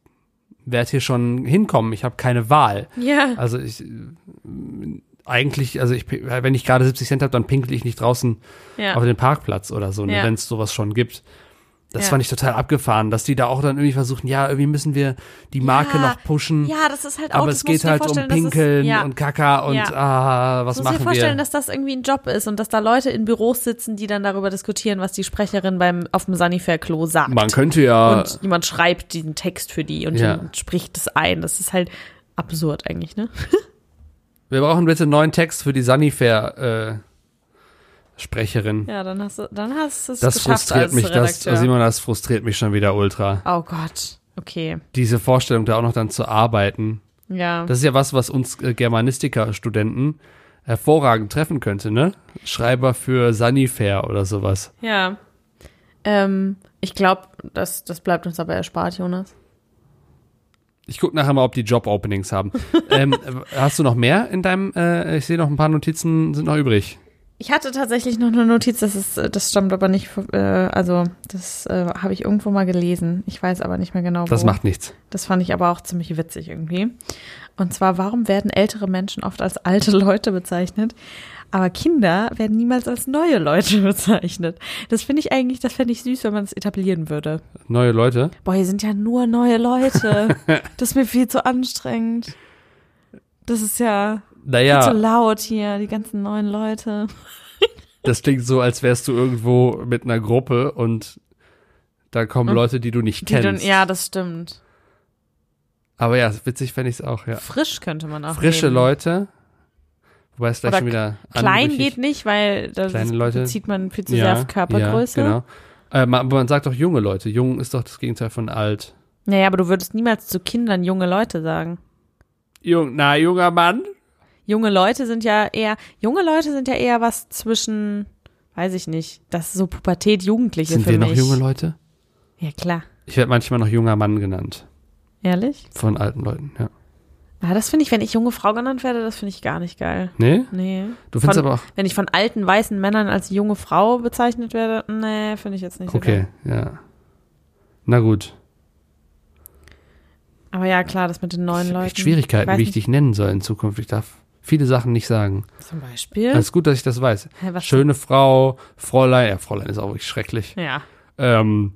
Speaker 4: werde hier schon hinkommen, ich habe keine Wahl.
Speaker 3: Ja.
Speaker 4: Also ich äh, eigentlich, also ich, wenn ich gerade 70 Cent habe, dann pinkel ich nicht draußen auf
Speaker 3: ja.
Speaker 4: den Parkplatz oder so, ne,
Speaker 3: Ja.
Speaker 4: wenn es sowas schon gibt. Das
Speaker 3: Ja.
Speaker 4: fand ich total abgefahren, dass die da auch dann irgendwie versuchen, ja, irgendwie müssen wir die Marke
Speaker 3: Ja,
Speaker 4: noch pushen,
Speaker 3: ja, das ist halt auch,
Speaker 4: aber
Speaker 3: das
Speaker 4: es
Speaker 3: musst
Speaker 4: geht
Speaker 3: du dir
Speaker 4: halt um
Speaker 3: vorstellen, dass es-
Speaker 4: Pinkeln
Speaker 3: ja.
Speaker 4: und Kaka und
Speaker 3: Ja.
Speaker 4: ah, was
Speaker 3: Du musst dir
Speaker 4: machen
Speaker 3: vorstellen,
Speaker 4: wir?
Speaker 3: dass das irgendwie ein Job ist und dass da Leute in Büros sitzen, die dann darüber diskutieren, was die Sprecherin beim, auf dem Sanifair-Klo sagt.
Speaker 4: Man könnte ja,
Speaker 3: und jemand schreibt diesen Text für die und
Speaker 4: Ja.
Speaker 3: jemand spricht es ein. Das ist halt absurd eigentlich, ne?
Speaker 4: wir brauchen bitte einen neuen Text für die Sanifair äh, Sprecherin.
Speaker 3: Ja, dann hast du, dann hast du es
Speaker 4: das
Speaker 3: geschafft
Speaker 4: frustriert
Speaker 3: als
Speaker 4: mich, also das,
Speaker 3: Redakteur.
Speaker 4: Simon, das frustriert mich schon wieder ultra.
Speaker 3: oh Gott, okay,
Speaker 4: Diese Vorstellung, da auch noch dann zu arbeiten.
Speaker 3: ja.
Speaker 4: Das ist ja was, was uns äh, Germanistiker-Studenten hervorragend treffen könnte, ne? Schreiber für Sanifair oder sowas.
Speaker 3: ja. Ähm, ich glaube, das, das bleibt uns aber erspart, Jonas.
Speaker 4: Ich gucke nachher mal, ob die Job-Openings haben. ähm, äh, hast du noch mehr in deinem, äh, ich sehe noch ein paar Notizen sind noch übrig.
Speaker 3: Ich hatte tatsächlich noch eine Notiz, das, ist, äh, das stammt aber nicht, von- äh, also das äh, habe ich irgendwo mal gelesen. Ich weiß aber nicht mehr genau, wo.
Speaker 4: Das macht nichts.
Speaker 3: Das fand ich aber auch ziemlich witzig irgendwie. Und zwar, warum werden ältere Menschen oft als alte Leute bezeichnet, aber Kinder werden niemals als neue Leute bezeichnet? Das finde ich eigentlich, das fände ich süß, wenn man es etablieren würde.
Speaker 4: Neue Leute.
Speaker 3: Boah, hier sind ja nur neue Leute. Das ist mir viel zu anstrengend. Das ist ja viel zu
Speaker 4: Naja,
Speaker 3: laut hier, die ganzen neuen Leute.
Speaker 4: das klingt so, als wärst du irgendwo mit einer Gruppe und da kommen Leute, die du nicht
Speaker 3: Hm. Die dann-
Speaker 4: kennst.
Speaker 3: ja, das stimmt.
Speaker 4: Aber ja, witzig fände ich es auch, ja.
Speaker 3: Frisch könnte man auch
Speaker 4: Frische
Speaker 3: nehmen.
Speaker 4: Leute. Wobei es gleich
Speaker 3: Oder
Speaker 4: schon wieder
Speaker 3: Klein
Speaker 4: anrüchig-
Speaker 3: geht nicht, weil da
Speaker 4: Kleine Leute.
Speaker 3: zieht man viel zu sehr auf Körpergröße.
Speaker 4: Ja, genau. Äh, man, aber man sagt doch junge Leute. Jung ist doch das Gegenteil von alt.
Speaker 3: Naja, aber du würdest niemals zu Kindern junge Leute sagen.
Speaker 4: Jung, na, junger Mann.
Speaker 3: Junge Leute sind ja eher, junge Leute sind ja eher was zwischen, weiß ich nicht, das ist so Pubertät, Jugendliche
Speaker 4: Sind
Speaker 3: Also für
Speaker 4: wir
Speaker 3: mich.
Speaker 4: noch junge Leute?
Speaker 3: Ja, klar.
Speaker 4: Ich werde manchmal noch junger Mann genannt.
Speaker 3: Ehrlich?
Speaker 4: Von alten Leuten, ja.
Speaker 3: Ja, das finde ich, wenn ich junge Frau genannt werde, das finde ich gar nicht geil.
Speaker 4: Nee?
Speaker 3: Nee.
Speaker 4: Du findest
Speaker 3: von,
Speaker 4: aber auch.
Speaker 3: Wenn ich von alten weißen Männern als junge Frau bezeichnet werde, nee, finde ich jetzt nicht so
Speaker 4: Okay,
Speaker 3: geil.
Speaker 4: ja. Na gut.
Speaker 3: Aber ja, klar, das mit den neuen Leuten.
Speaker 4: Echt Schwierigkeiten,
Speaker 3: Weiß
Speaker 4: wie ich
Speaker 3: nicht.
Speaker 4: dich nennen soll in Zukunft. Ich darf viele Sachen nicht sagen.
Speaker 3: Zum Beispiel.
Speaker 4: Es ist gut, dass ich das weiß.
Speaker 3: Hä, was-
Speaker 4: Schöne Frau, Fräulein. Ja, Fräulein ist auch wirklich schrecklich.
Speaker 3: Ja.
Speaker 4: Ähm,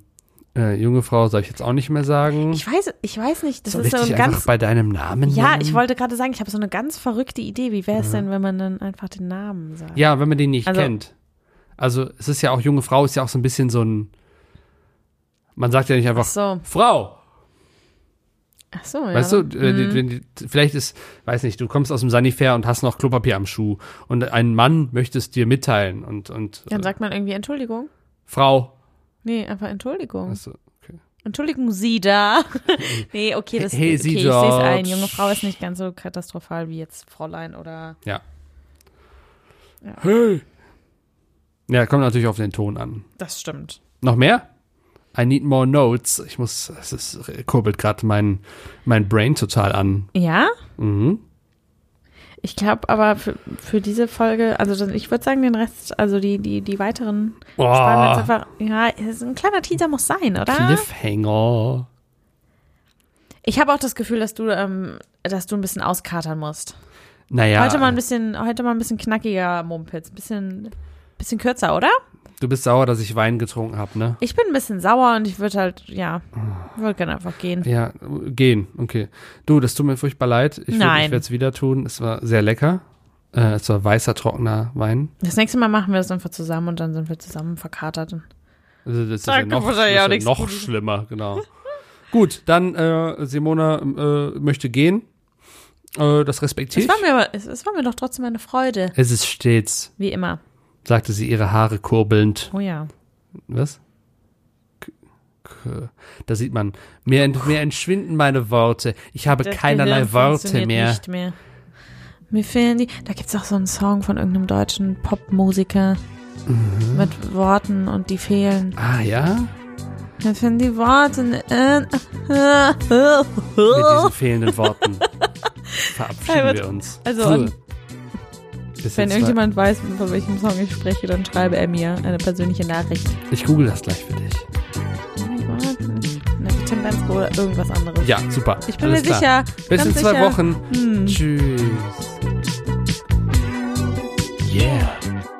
Speaker 4: äh, junge Frau soll ich jetzt auch nicht mehr sagen.
Speaker 3: Ich weiß, ich weiß nicht, das
Speaker 4: Soll
Speaker 3: ist
Speaker 4: ich
Speaker 3: so
Speaker 4: dich
Speaker 3: ein
Speaker 4: einfach
Speaker 3: ganz
Speaker 4: bei deinem Namen
Speaker 3: Ja,
Speaker 4: nennen?
Speaker 3: ich wollte gerade sagen, ich habe so eine ganz verrückte Idee. Wie wäre es denn, wenn man dann einfach den Namen sagt?
Speaker 4: Ja, wenn man den nicht
Speaker 3: Also-
Speaker 4: kennt. Also es ist ja auch, junge Frau ist ja auch so ein bisschen so ein, man sagt ja nicht einfach,
Speaker 3: Ach so.
Speaker 4: Frau,
Speaker 3: Ach so, ja. Mhm. Hm.
Speaker 4: weißt du, äh, die- wenn die- vielleicht ist, weiß nicht, du kommst aus dem Sanifair und hast noch Klopapier am Schuh und ein Mann möchte es dir mitteilen und, und
Speaker 3: Dann
Speaker 4: äh,
Speaker 3: sagt man irgendwie Entschuldigung.
Speaker 4: Frau,
Speaker 3: Nee, einfach Entschuldigung.
Speaker 4: weißt du, okay.
Speaker 3: Entschuldigung, Sie da. nee, okay, das
Speaker 4: Hey,
Speaker 3: okay,
Speaker 4: Sie
Speaker 3: ich sehe es
Speaker 4: dort.
Speaker 3: ein. Junge Frau ist nicht ganz so katastrophal wie jetzt Fräulein oder
Speaker 4: ja.
Speaker 3: Ja.
Speaker 4: Hey. Ja, kommt natürlich auf den Ton an.
Speaker 3: das stimmt.
Speaker 4: Noch mehr? I need more notes. Ich muss, es ist, äh, kurbelt gerade mein, mein Brain total an.
Speaker 3: Ja?
Speaker 4: Mhm.
Speaker 3: Ich glaube aber für, für diese Folge, also dann- ich würde sagen, den Rest, also die, die, die weiteren sparen wir
Speaker 4: Oh,
Speaker 3: jetzt einfach. Ja, so ein kleiner Teaser muss sein, oder?
Speaker 4: Cliffhanger.
Speaker 3: Ich habe auch das Gefühl, dass du, ähm, dass du ein bisschen auskatern musst.
Speaker 4: Naja,
Speaker 3: Heute mal ein bisschen, heute mal ein bisschen knackiger Mumpitz, ein bisschen, bisschen kürzer, oder?
Speaker 4: du bist sauer, dass ich Wein getrunken habe, ne?
Speaker 3: Ich bin ein bisschen sauer und ich würde halt, ja,
Speaker 4: Ah.
Speaker 3: würde gerne einfach gehen.
Speaker 4: Ja, gehen, okay. Du, das tut mir furchtbar leid. Ich, würd-
Speaker 3: Nein.
Speaker 4: ich werde es wieder tun. Es war sehr lecker. Äh, es war weißer, trockener Wein.
Speaker 3: Das nächste Mal machen wir das einfach zusammen und dann sind wir zusammen verkatert.
Speaker 4: Also das ist
Speaker 3: Da
Speaker 4: ja noch,
Speaker 3: kann man ja
Speaker 4: das
Speaker 3: nichts
Speaker 4: ist ja noch
Speaker 3: Gutes.
Speaker 4: schlimmer, genau. Gut, dann äh, Simona äh, möchte gehen. Äh, das
Speaker 3: Es
Speaker 4: respektiere ich.
Speaker 3: war mir aber, es, es war mir doch trotzdem eine Freude,
Speaker 4: Es ist stets,
Speaker 3: wie immer.
Speaker 4: sagte sie ihre Haare kurbelnd.
Speaker 3: Oh ja.
Speaker 4: Was? K- k- Da sieht man, mir, ent, mir entschwinden meine Worte. Ich habe
Speaker 3: Das
Speaker 4: keinerlei
Speaker 3: Gehirn
Speaker 4: Worte
Speaker 3: funktioniert
Speaker 4: mehr.
Speaker 3: Nicht mehr. Mir fehlen die. Da gibt's auch so einen Song von irgendeinem deutschen Popmusiker
Speaker 4: Mhm.
Speaker 3: mit Worten und die fehlen.
Speaker 4: Ah ja?
Speaker 3: Mir fehlen die Worte. äh,
Speaker 4: Mit diesen fehlenden Worten verabschieden
Speaker 3: Albert,
Speaker 4: wir uns.
Speaker 3: also
Speaker 4: Puh.
Speaker 3: an-
Speaker 4: Bis
Speaker 3: Wenn
Speaker 4: jetzt
Speaker 3: irgendjemand weiß, von welchem Song ich spreche, dann schreibe er mir eine persönliche Nachricht.
Speaker 4: war- Ich google das gleich für dich.
Speaker 3: Na, Tim Bensko oder irgendwas anderes.
Speaker 4: Mhm. Ja, super.
Speaker 3: Ich bin
Speaker 4: Alles
Speaker 3: mir
Speaker 4: klar.
Speaker 3: sicher.
Speaker 4: Bis
Speaker 3: ganz
Speaker 4: in zwei
Speaker 3: sicher. Hm.
Speaker 4: Wochen. Tschüss.
Speaker 2: Yeah.